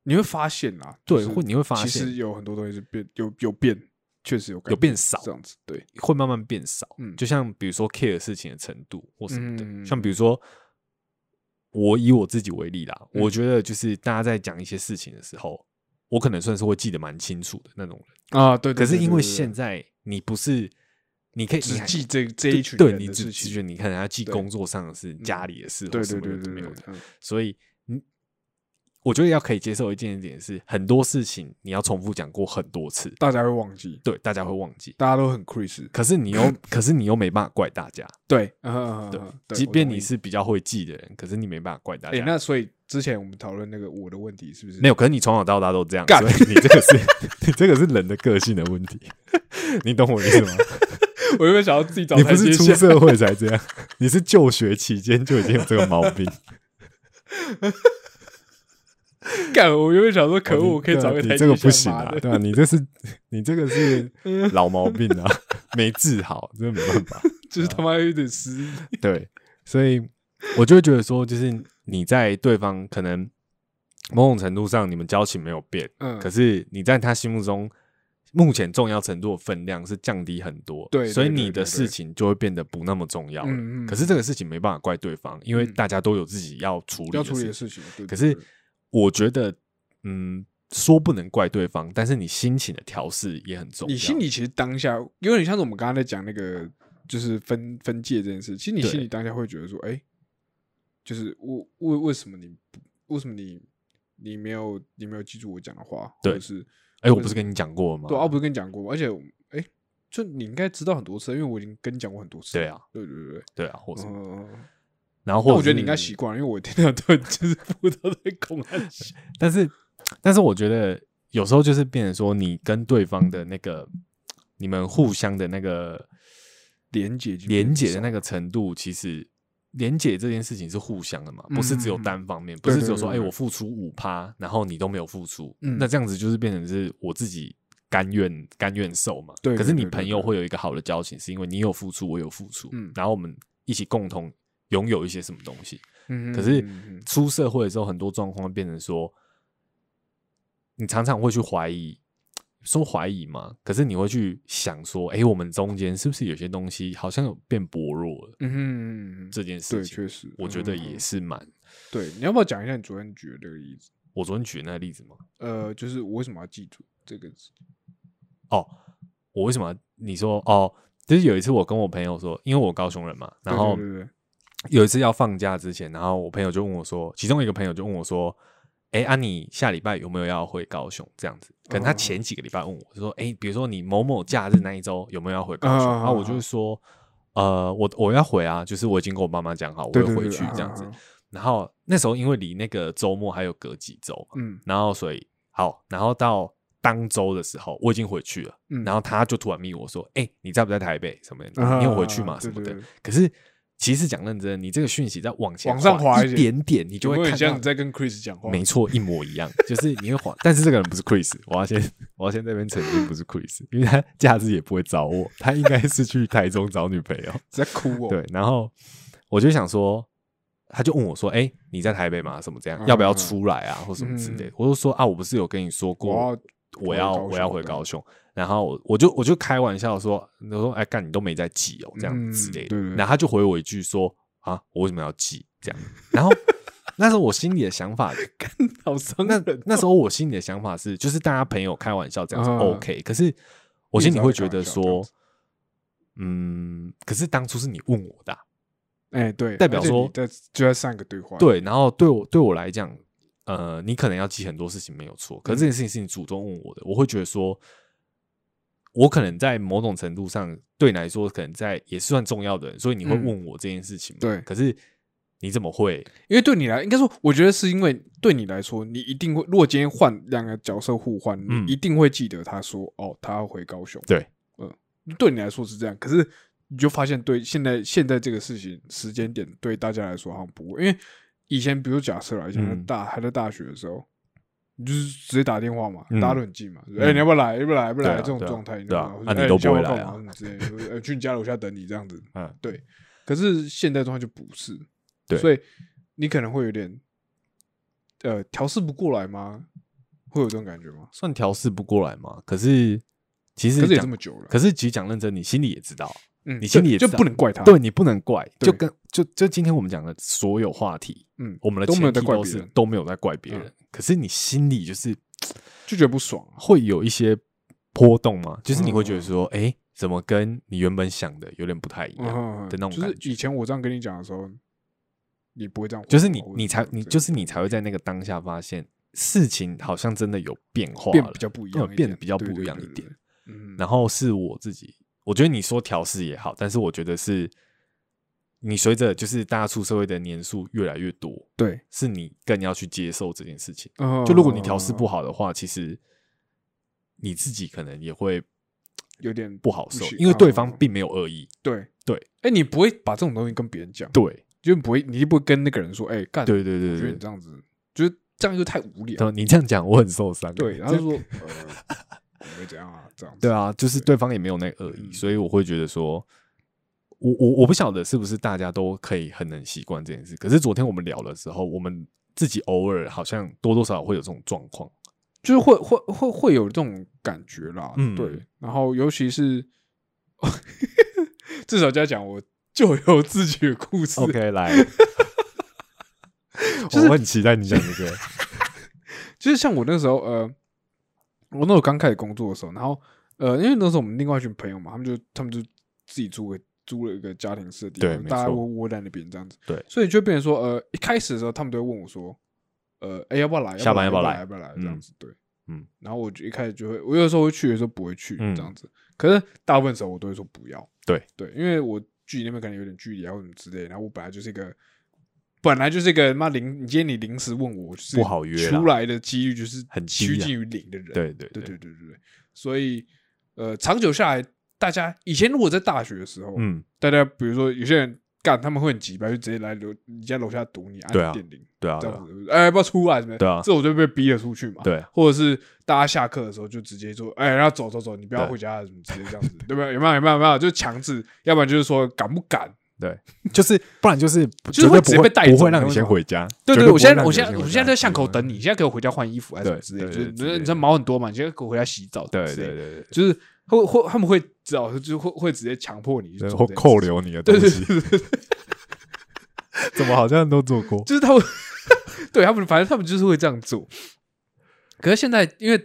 [SPEAKER 1] 你会发现啦，
[SPEAKER 2] 对，
[SPEAKER 1] 就是
[SPEAKER 2] 会你会发
[SPEAKER 1] 其实
[SPEAKER 2] 现
[SPEAKER 1] 有很多东西是变有有变，确实有改
[SPEAKER 2] 有变少，
[SPEAKER 1] 这样子，对，
[SPEAKER 2] 会慢慢变少。
[SPEAKER 1] 嗯
[SPEAKER 2] 就像比如说 care 事情的程度或什么的，
[SPEAKER 1] 嗯
[SPEAKER 2] 像比如说我以我自己为例啦，
[SPEAKER 1] 嗯
[SPEAKER 2] 我觉得就是大家在讲一些事情的时候，我可能算是会记得蛮清楚的那种人。
[SPEAKER 1] 啊，对，对
[SPEAKER 2] 可是
[SPEAKER 1] 对
[SPEAKER 2] 因
[SPEAKER 1] 对
[SPEAKER 2] 为
[SPEAKER 1] 对对
[SPEAKER 2] 现在你不是，你可以
[SPEAKER 1] 只
[SPEAKER 2] 你还
[SPEAKER 1] 记这这一群
[SPEAKER 2] 对
[SPEAKER 1] 人
[SPEAKER 2] 你
[SPEAKER 1] 的
[SPEAKER 2] 只
[SPEAKER 1] 事
[SPEAKER 2] 只
[SPEAKER 1] 情
[SPEAKER 2] 觉得你看人家记
[SPEAKER 1] 对嗯
[SPEAKER 2] 工作上的事、家里的事，
[SPEAKER 1] 对对对
[SPEAKER 2] 没
[SPEAKER 1] 对对
[SPEAKER 2] 有的，，
[SPEAKER 1] 嗯
[SPEAKER 2] 所以你。我觉得要可以接受一件点是，很多事情你要重复讲过很多次，
[SPEAKER 1] 大家会忘记，
[SPEAKER 2] 对，大家会忘记。
[SPEAKER 1] 大家都很 Chris，
[SPEAKER 2] 可是你又，可是你又没办法怪大家，
[SPEAKER 1] 对，嗯嗯嗯
[SPEAKER 2] 对
[SPEAKER 1] 嗯，
[SPEAKER 2] 即
[SPEAKER 1] 我
[SPEAKER 2] 便
[SPEAKER 1] 同
[SPEAKER 2] 你
[SPEAKER 1] 意
[SPEAKER 2] 是比较会记的人，可是你没办法怪大
[SPEAKER 1] 哎、
[SPEAKER 2] 家。
[SPEAKER 1] 那所以之前我们讨论那个我的问题是不是
[SPEAKER 2] 没有，可是你从小到大都这样，
[SPEAKER 1] 干
[SPEAKER 2] 所以你这 个是，你这个是人的个性的问题，你懂我意思吗？
[SPEAKER 1] 我原本想要自己找
[SPEAKER 2] 你
[SPEAKER 1] 台
[SPEAKER 2] 不
[SPEAKER 1] 阶
[SPEAKER 2] 是出
[SPEAKER 1] 下，
[SPEAKER 2] 社会才这样，你是就学期间就已经有这个毛病。
[SPEAKER 1] 干，我原本想 说，可恶，
[SPEAKER 2] 你
[SPEAKER 1] 我可以
[SPEAKER 2] 对啊
[SPEAKER 1] 找个
[SPEAKER 2] 你
[SPEAKER 1] 台阶
[SPEAKER 2] 这个
[SPEAKER 1] 下
[SPEAKER 2] 不行
[SPEAKER 1] 妈
[SPEAKER 2] 啊，
[SPEAKER 1] 的
[SPEAKER 2] 对啊，你这是你这个是老毛病啊，没治好，真的没办法。
[SPEAKER 1] 就是他妈有点失忆。
[SPEAKER 2] 对，所以我就会觉得说，就是你在对方可能某种程度上你们交情没有变，
[SPEAKER 1] 嗯，
[SPEAKER 2] 可是你在他心目中目前重要程度的分量是降低很多，
[SPEAKER 1] 对对
[SPEAKER 2] 所以
[SPEAKER 1] 对
[SPEAKER 2] 你
[SPEAKER 1] 对对
[SPEAKER 2] 的事情就会变得不那么重要了。
[SPEAKER 1] 嗯嗯
[SPEAKER 2] 可是这个事情没办法怪对方，因为
[SPEAKER 1] 嗯
[SPEAKER 2] 大家都有自己要处理
[SPEAKER 1] 要
[SPEAKER 2] 的
[SPEAKER 1] 处理
[SPEAKER 2] 事
[SPEAKER 1] 的
[SPEAKER 2] 情。
[SPEAKER 1] 事情，对
[SPEAKER 2] 可
[SPEAKER 1] 对
[SPEAKER 2] 是
[SPEAKER 1] 对
[SPEAKER 2] 我觉得，嗯，说不能怪对方，但是你心情的调试也很重要。
[SPEAKER 1] 你心里其实当下有点像是我们刚刚在讲那个，就是分分界这件事。其实你
[SPEAKER 2] 对
[SPEAKER 1] 心里当下会觉得说，哎、就是为为为什么你不为什么你你没有你没有记住我讲的话，或
[SPEAKER 2] 对
[SPEAKER 1] 者是
[SPEAKER 2] 哎，我不是跟你讲过了吗？
[SPEAKER 1] 对啊，我不是跟你讲过吗？而且哎、就你应该知道很多次，因为我已经跟你讲过很多次。
[SPEAKER 2] 对啊，
[SPEAKER 1] 对对对对，
[SPEAKER 2] 对啊，或者什么、
[SPEAKER 1] 嗯。
[SPEAKER 2] 然后或
[SPEAKER 1] 但
[SPEAKER 2] 者
[SPEAKER 1] 我觉得你应该
[SPEAKER 2] 是
[SPEAKER 1] 习惯了，因为我天天都 就是不都在恐安息。
[SPEAKER 2] 但是，但是我觉得有时候就是变成说，你跟对方的那个，你们互相的那个
[SPEAKER 1] 连接已经变
[SPEAKER 2] 连
[SPEAKER 1] 少
[SPEAKER 2] 接的那个程度，其实连接这件事情是互相的嘛，
[SPEAKER 1] 嗯
[SPEAKER 2] 不是只有单方面，不是只有说，哎、
[SPEAKER 1] 对对对对
[SPEAKER 2] 我付出五趴，然后你都没有付出，
[SPEAKER 1] 嗯
[SPEAKER 2] 那这样子就是变成是我自己。甘愿甘愿受嘛？
[SPEAKER 1] 对对
[SPEAKER 2] 可是你
[SPEAKER 1] 对对
[SPEAKER 2] 朋友会有一个好的交情，是因为你有付出，我有付出，
[SPEAKER 1] 嗯
[SPEAKER 2] 然后我们一起共同拥有一些什么东西。
[SPEAKER 1] 嗯
[SPEAKER 2] 可是
[SPEAKER 1] 嗯嗯
[SPEAKER 2] 出社会的时候，很多状况会变成说，你常常会去怀疑，说怀疑嘛，可是你会去想说，哎、我们中间是不是有些东西好像有变薄弱了？
[SPEAKER 1] 嗯嗯嗯，
[SPEAKER 2] 这件事
[SPEAKER 1] 对，
[SPEAKER 2] 情，
[SPEAKER 1] 确实，
[SPEAKER 2] 我觉得
[SPEAKER 1] 嗯嗯
[SPEAKER 2] 也
[SPEAKER 1] 嗯
[SPEAKER 2] 是蛮。
[SPEAKER 1] 对。你要不要讲一下你昨天举的这个例子？
[SPEAKER 2] 我昨天举的那个例子嘛，
[SPEAKER 1] 呃，就是我为什么要记住这个字？
[SPEAKER 2] 哦，我为什么要你说哦？就是有一次我跟我朋友说，因为我高雄人嘛，然后
[SPEAKER 1] 对对对对
[SPEAKER 2] 有一次要放假之前，然后我朋友就问我说，其中一个朋友就问我说：“哎、啊，你下礼拜有没有要回高雄？”这样子，可能他
[SPEAKER 1] 哦
[SPEAKER 2] 前几个礼拜问我，就说：“哎、比如说你某某假日那一周有没有要回高雄？”
[SPEAKER 1] 啊
[SPEAKER 2] 然后我就会说：“呃，我我要回啊，就是我已经跟我妈妈讲好，我
[SPEAKER 1] 对
[SPEAKER 2] 会
[SPEAKER 1] 对
[SPEAKER 2] 回
[SPEAKER 1] 对，
[SPEAKER 2] 去
[SPEAKER 1] 啊
[SPEAKER 2] 这样子。
[SPEAKER 1] 啊啊”
[SPEAKER 2] 然后那时候因为离那个周末还有隔几周嘛，
[SPEAKER 1] 嗯
[SPEAKER 2] 然后所以好，然后到当周的时候我已经回去了，
[SPEAKER 1] 嗯，
[SPEAKER 2] 然
[SPEAKER 1] 后
[SPEAKER 2] 后他就突然密我说：“哎、你在不在台北？什么的？你有
[SPEAKER 1] 啊
[SPEAKER 2] 回
[SPEAKER 1] 嗯
[SPEAKER 2] 去吗？什么的？”可是其实讲认真，你这个讯息再往前
[SPEAKER 1] 往上滑一
[SPEAKER 2] 一
[SPEAKER 1] 些
[SPEAKER 2] 点点，你
[SPEAKER 1] 就
[SPEAKER 2] 就会
[SPEAKER 1] 会
[SPEAKER 2] 看
[SPEAKER 1] 像你
[SPEAKER 2] 到。
[SPEAKER 1] 在跟 Chris 讲话，
[SPEAKER 2] 没错，一模一样，就是你会滑，但是这个人不是 Chris，我要先我要先在这边澄清，不是 Chris，因为他假日也不会找我，他应该是去台中找女朋 友。
[SPEAKER 1] 在哭哦，
[SPEAKER 2] 对，然后我就想说，他就问我说：“哎、你在台北吗？什么这样？
[SPEAKER 1] 嗯
[SPEAKER 2] 要不要出来啊，或什么之类的？”我就说：“啊，我不是有跟你说过，
[SPEAKER 1] 我
[SPEAKER 2] 我
[SPEAKER 1] 要
[SPEAKER 2] 要
[SPEAKER 1] 回高雄
[SPEAKER 2] 我要回
[SPEAKER 1] 对
[SPEAKER 2] 高雄。然后我我就我就开玩笑说，我说哎干你都没在记哦，这样
[SPEAKER 1] 嗯
[SPEAKER 2] 之类的。
[SPEAKER 1] 对对对
[SPEAKER 2] 然后他就回我一句说啊我为什么要记这样？然后那时候我心里的 想法，
[SPEAKER 1] 好伤
[SPEAKER 2] 那
[SPEAKER 1] 人。
[SPEAKER 2] 那时候我心里的想法是，就是大家朋友开玩笑这样是
[SPEAKER 1] 啊
[SPEAKER 2] OK，、可是我心里会觉得
[SPEAKER 1] 你也知道在开玩笑这
[SPEAKER 2] 说
[SPEAKER 1] 样子，
[SPEAKER 2] 嗯，可是当初是你问我的啊、
[SPEAKER 1] 哎，对，
[SPEAKER 2] 代表
[SPEAKER 1] 而且
[SPEAKER 2] 说
[SPEAKER 1] 你在就在上一个对话，
[SPEAKER 2] 对，然后对我对我来讲，呃，你可能要记很多事情没有错，
[SPEAKER 1] 嗯
[SPEAKER 2] 可是这件事情是你主动问我的，我会觉得说，我可能在某种程度上对你来说，可能在也是算重要的人，所以你会
[SPEAKER 1] 嗯
[SPEAKER 2] 问我这件事情嘛、
[SPEAKER 1] 对
[SPEAKER 2] 可是你怎么会？
[SPEAKER 1] 因为对你来，应该说，我觉得是因为对你来说，你一定会，如果今天换两个角色互换，
[SPEAKER 2] 嗯
[SPEAKER 1] 你一定会记得他说，哦，他要回高雄。
[SPEAKER 2] 对，
[SPEAKER 1] 嗯，对你来说是这样，可是你就发现，对现在现在这个事情时间点，对大家来说好像不会，因为以前，比如假设来
[SPEAKER 2] 嗯
[SPEAKER 1] 讲，大还在大学的时候，你就是直接打电话嘛，
[SPEAKER 2] 嗯
[SPEAKER 1] 大家都很近嘛，
[SPEAKER 2] 嗯
[SPEAKER 1] 哎，你要不要来？要不要来？要不要
[SPEAKER 2] 对啊
[SPEAKER 1] 来？这种
[SPEAKER 2] 对啊
[SPEAKER 1] 状态，你知
[SPEAKER 2] 对啊
[SPEAKER 1] 道吗
[SPEAKER 2] 啊
[SPEAKER 1] 哎
[SPEAKER 2] 你都不
[SPEAKER 1] 下
[SPEAKER 2] 会
[SPEAKER 1] 班
[SPEAKER 2] 来
[SPEAKER 1] 干
[SPEAKER 2] 啊
[SPEAKER 1] 嘛什么之类的，或者呃去你家楼下等你这样子，
[SPEAKER 2] 嗯，
[SPEAKER 1] 可是现在状态就不是，
[SPEAKER 2] 对
[SPEAKER 1] 所以你可能会有点呃调试不过来吗？会有这种感觉吗？
[SPEAKER 2] 算调试不过来嘛？可是其实
[SPEAKER 1] 可是也
[SPEAKER 2] 讲
[SPEAKER 1] 这么久了，
[SPEAKER 2] 可是其实讲认真，你心里也知道，
[SPEAKER 1] 嗯，
[SPEAKER 2] 你心里
[SPEAKER 1] 对
[SPEAKER 2] 也知
[SPEAKER 1] 就
[SPEAKER 2] 道
[SPEAKER 1] 不能怪他，
[SPEAKER 2] 对你不能怪，
[SPEAKER 1] 啊对
[SPEAKER 2] 就跟就就今天我们讲的所有话题，
[SPEAKER 1] 嗯，
[SPEAKER 2] 我们的
[SPEAKER 1] 都没有
[SPEAKER 2] 前
[SPEAKER 1] 在
[SPEAKER 2] 提
[SPEAKER 1] 怪
[SPEAKER 2] 都
[SPEAKER 1] 别
[SPEAKER 2] 是
[SPEAKER 1] 人
[SPEAKER 2] 都没有在怪别
[SPEAKER 1] 嗯
[SPEAKER 2] 人，可是你心里就是。
[SPEAKER 1] 就觉得不爽啊，
[SPEAKER 2] 会有一些波动吗？就是你会觉得
[SPEAKER 1] 嗯
[SPEAKER 2] 说，哎、怎么跟你原本想的有点不太一样？
[SPEAKER 1] 嗯
[SPEAKER 2] 的那种
[SPEAKER 1] 就
[SPEAKER 2] 感
[SPEAKER 1] 是
[SPEAKER 2] 觉
[SPEAKER 1] 以前我这样跟你讲的时候，你不会这样回我，
[SPEAKER 2] 就是你
[SPEAKER 1] 或者
[SPEAKER 2] 你才
[SPEAKER 1] 怎么
[SPEAKER 2] 你
[SPEAKER 1] 之类
[SPEAKER 2] 就是你才会在那个当下发现事情好像真的有变化
[SPEAKER 1] 的
[SPEAKER 2] 了，
[SPEAKER 1] 变比较不一样一
[SPEAKER 2] 嗯
[SPEAKER 1] 点，
[SPEAKER 2] 变得比较
[SPEAKER 1] 对
[SPEAKER 2] 不一
[SPEAKER 1] 对
[SPEAKER 2] 样一
[SPEAKER 1] 对
[SPEAKER 2] 点。
[SPEAKER 1] 对嗯，
[SPEAKER 2] 然后是我自己，我觉得你说调试也好，但是我觉得是你随着就是大家出社会的年数越来越多，
[SPEAKER 1] 对，
[SPEAKER 2] 是你更要去接受这件事情。
[SPEAKER 1] 嗯
[SPEAKER 2] 就如果你调试不，好的话，其实你自己可能也会
[SPEAKER 1] 有点
[SPEAKER 2] 不好受
[SPEAKER 1] 不，行
[SPEAKER 2] 因为对方
[SPEAKER 1] 嗯
[SPEAKER 2] 并没有恶意。
[SPEAKER 1] 对
[SPEAKER 2] 对，
[SPEAKER 1] 哎，你不会把这种东西跟别人讲，
[SPEAKER 2] 对，
[SPEAKER 1] 就不会，你就不会跟那个人说，哎，干，
[SPEAKER 2] 对对
[SPEAKER 1] 我觉得
[SPEAKER 2] 对
[SPEAKER 1] 你
[SPEAKER 2] 对
[SPEAKER 1] 这样子，就是这样就太无聊
[SPEAKER 2] 然。后你这样讲我很受伤。
[SPEAKER 1] 对，然后
[SPEAKER 2] 这
[SPEAKER 1] 就 说呃，我没怎样啊，这样子。
[SPEAKER 2] 对，啊，就是对方也没有那个恶意，
[SPEAKER 1] 嗯
[SPEAKER 2] 所以我会觉得说，我我我不晓得是不是大家都可以很能习惯这件事。可是昨天我们聊的时候，我们自己偶尔好像多多少少会有这种状况。
[SPEAKER 1] 就是会会会会有这种感觉啦。
[SPEAKER 2] 嗯
[SPEAKER 1] 对，然后尤其是 至少这样讲，我就有自己的故事。
[SPEAKER 2] OK，来，
[SPEAKER 1] 就是
[SPEAKER 2] 我很期待你讲这 个。
[SPEAKER 1] 就是像我那时候，呃，我那时候刚开始工作的时候，然后呃，因为那时候我们另外一群朋友嘛，他们就他们就自己租个租了一个家庭式的地
[SPEAKER 2] 对
[SPEAKER 1] 方，
[SPEAKER 2] 没
[SPEAKER 1] 大家
[SPEAKER 2] 错
[SPEAKER 1] 窝窝在那边这样子，
[SPEAKER 2] 对
[SPEAKER 1] 所以就变成说，呃，一开始的时候他们都会问我说，呃，哎、要不要来？
[SPEAKER 2] 下班
[SPEAKER 1] 要
[SPEAKER 2] 要不要来
[SPEAKER 1] 要不要来？这样子，对，
[SPEAKER 2] 嗯，
[SPEAKER 1] 然后我就一开始就会，我有时候会去，有时候不会去，
[SPEAKER 2] 嗯
[SPEAKER 1] 这样子，可是大部分时候我都会说不要，
[SPEAKER 2] 对
[SPEAKER 1] 对，因为我距离那边可能有点距离啊或者什么之类，然后我本来就是一个。本来就是一个妈临，你今天你临时问我，就是
[SPEAKER 2] 不好约啦
[SPEAKER 1] 出来的几率就是
[SPEAKER 2] 很低
[SPEAKER 1] 趋
[SPEAKER 2] 啊
[SPEAKER 1] 近于零的人，
[SPEAKER 2] 对
[SPEAKER 1] 对
[SPEAKER 2] 对
[SPEAKER 1] 对，对对对，所以呃，长久下来，大家以前如果在大学的时候，
[SPEAKER 2] 嗯，
[SPEAKER 1] 大家比如说有些人干，他们会很急白，就直接来楼你家楼下堵你，
[SPEAKER 2] 对
[SPEAKER 1] 按
[SPEAKER 2] 啊
[SPEAKER 1] 电铃、
[SPEAKER 2] 对啊，
[SPEAKER 1] 这
[SPEAKER 2] 对啊
[SPEAKER 1] 样子，哎、要不要出来什么的？
[SPEAKER 2] 对啊
[SPEAKER 1] 这我就被逼了出去嘛。，
[SPEAKER 2] 对，啊
[SPEAKER 1] 或者是大家下课的时候就直接说，哎、要走走走，你不要
[SPEAKER 2] 对
[SPEAKER 1] 回家了什么之类这样子，对不对？有没有有没有有没有？就强制，要不然就是说敢不敢？
[SPEAKER 2] 就是不然就是
[SPEAKER 1] 是
[SPEAKER 2] 绝对
[SPEAKER 1] 会
[SPEAKER 2] 不
[SPEAKER 1] 直接被带
[SPEAKER 2] 不
[SPEAKER 1] 走
[SPEAKER 2] 会
[SPEAKER 1] 那
[SPEAKER 2] 让你
[SPEAKER 1] 种
[SPEAKER 2] 先
[SPEAKER 1] 状
[SPEAKER 2] 回家。
[SPEAKER 1] 对
[SPEAKER 2] 绝
[SPEAKER 1] 对，
[SPEAKER 2] 不
[SPEAKER 1] 我
[SPEAKER 2] 会
[SPEAKER 1] 现在
[SPEAKER 2] 让
[SPEAKER 1] 我
[SPEAKER 2] 你
[SPEAKER 1] 现在
[SPEAKER 2] 先
[SPEAKER 1] 我
[SPEAKER 2] 回
[SPEAKER 1] 现在在
[SPEAKER 2] 家嗯
[SPEAKER 1] 巷口等你，你现在给我回家换衣服还是什么
[SPEAKER 2] 啊对
[SPEAKER 1] 之类的，
[SPEAKER 2] 对
[SPEAKER 1] 就是
[SPEAKER 2] 对
[SPEAKER 1] 你这
[SPEAKER 2] 之
[SPEAKER 1] 你
[SPEAKER 2] 类
[SPEAKER 1] 这
[SPEAKER 2] 的
[SPEAKER 1] 毛很多嘛，你现在给我回家洗澡，
[SPEAKER 2] 对
[SPEAKER 1] 之类的
[SPEAKER 2] 对对对
[SPEAKER 1] 就是会会他们会知道，就会会直接强迫你去
[SPEAKER 2] 对，
[SPEAKER 1] 做
[SPEAKER 2] 或
[SPEAKER 1] 这件事
[SPEAKER 2] 扣，留你的东
[SPEAKER 1] 对对
[SPEAKER 2] 西， 怎么好像都做过？
[SPEAKER 1] 就是他们 对他们，反正他们就是会这样做。可是现在因为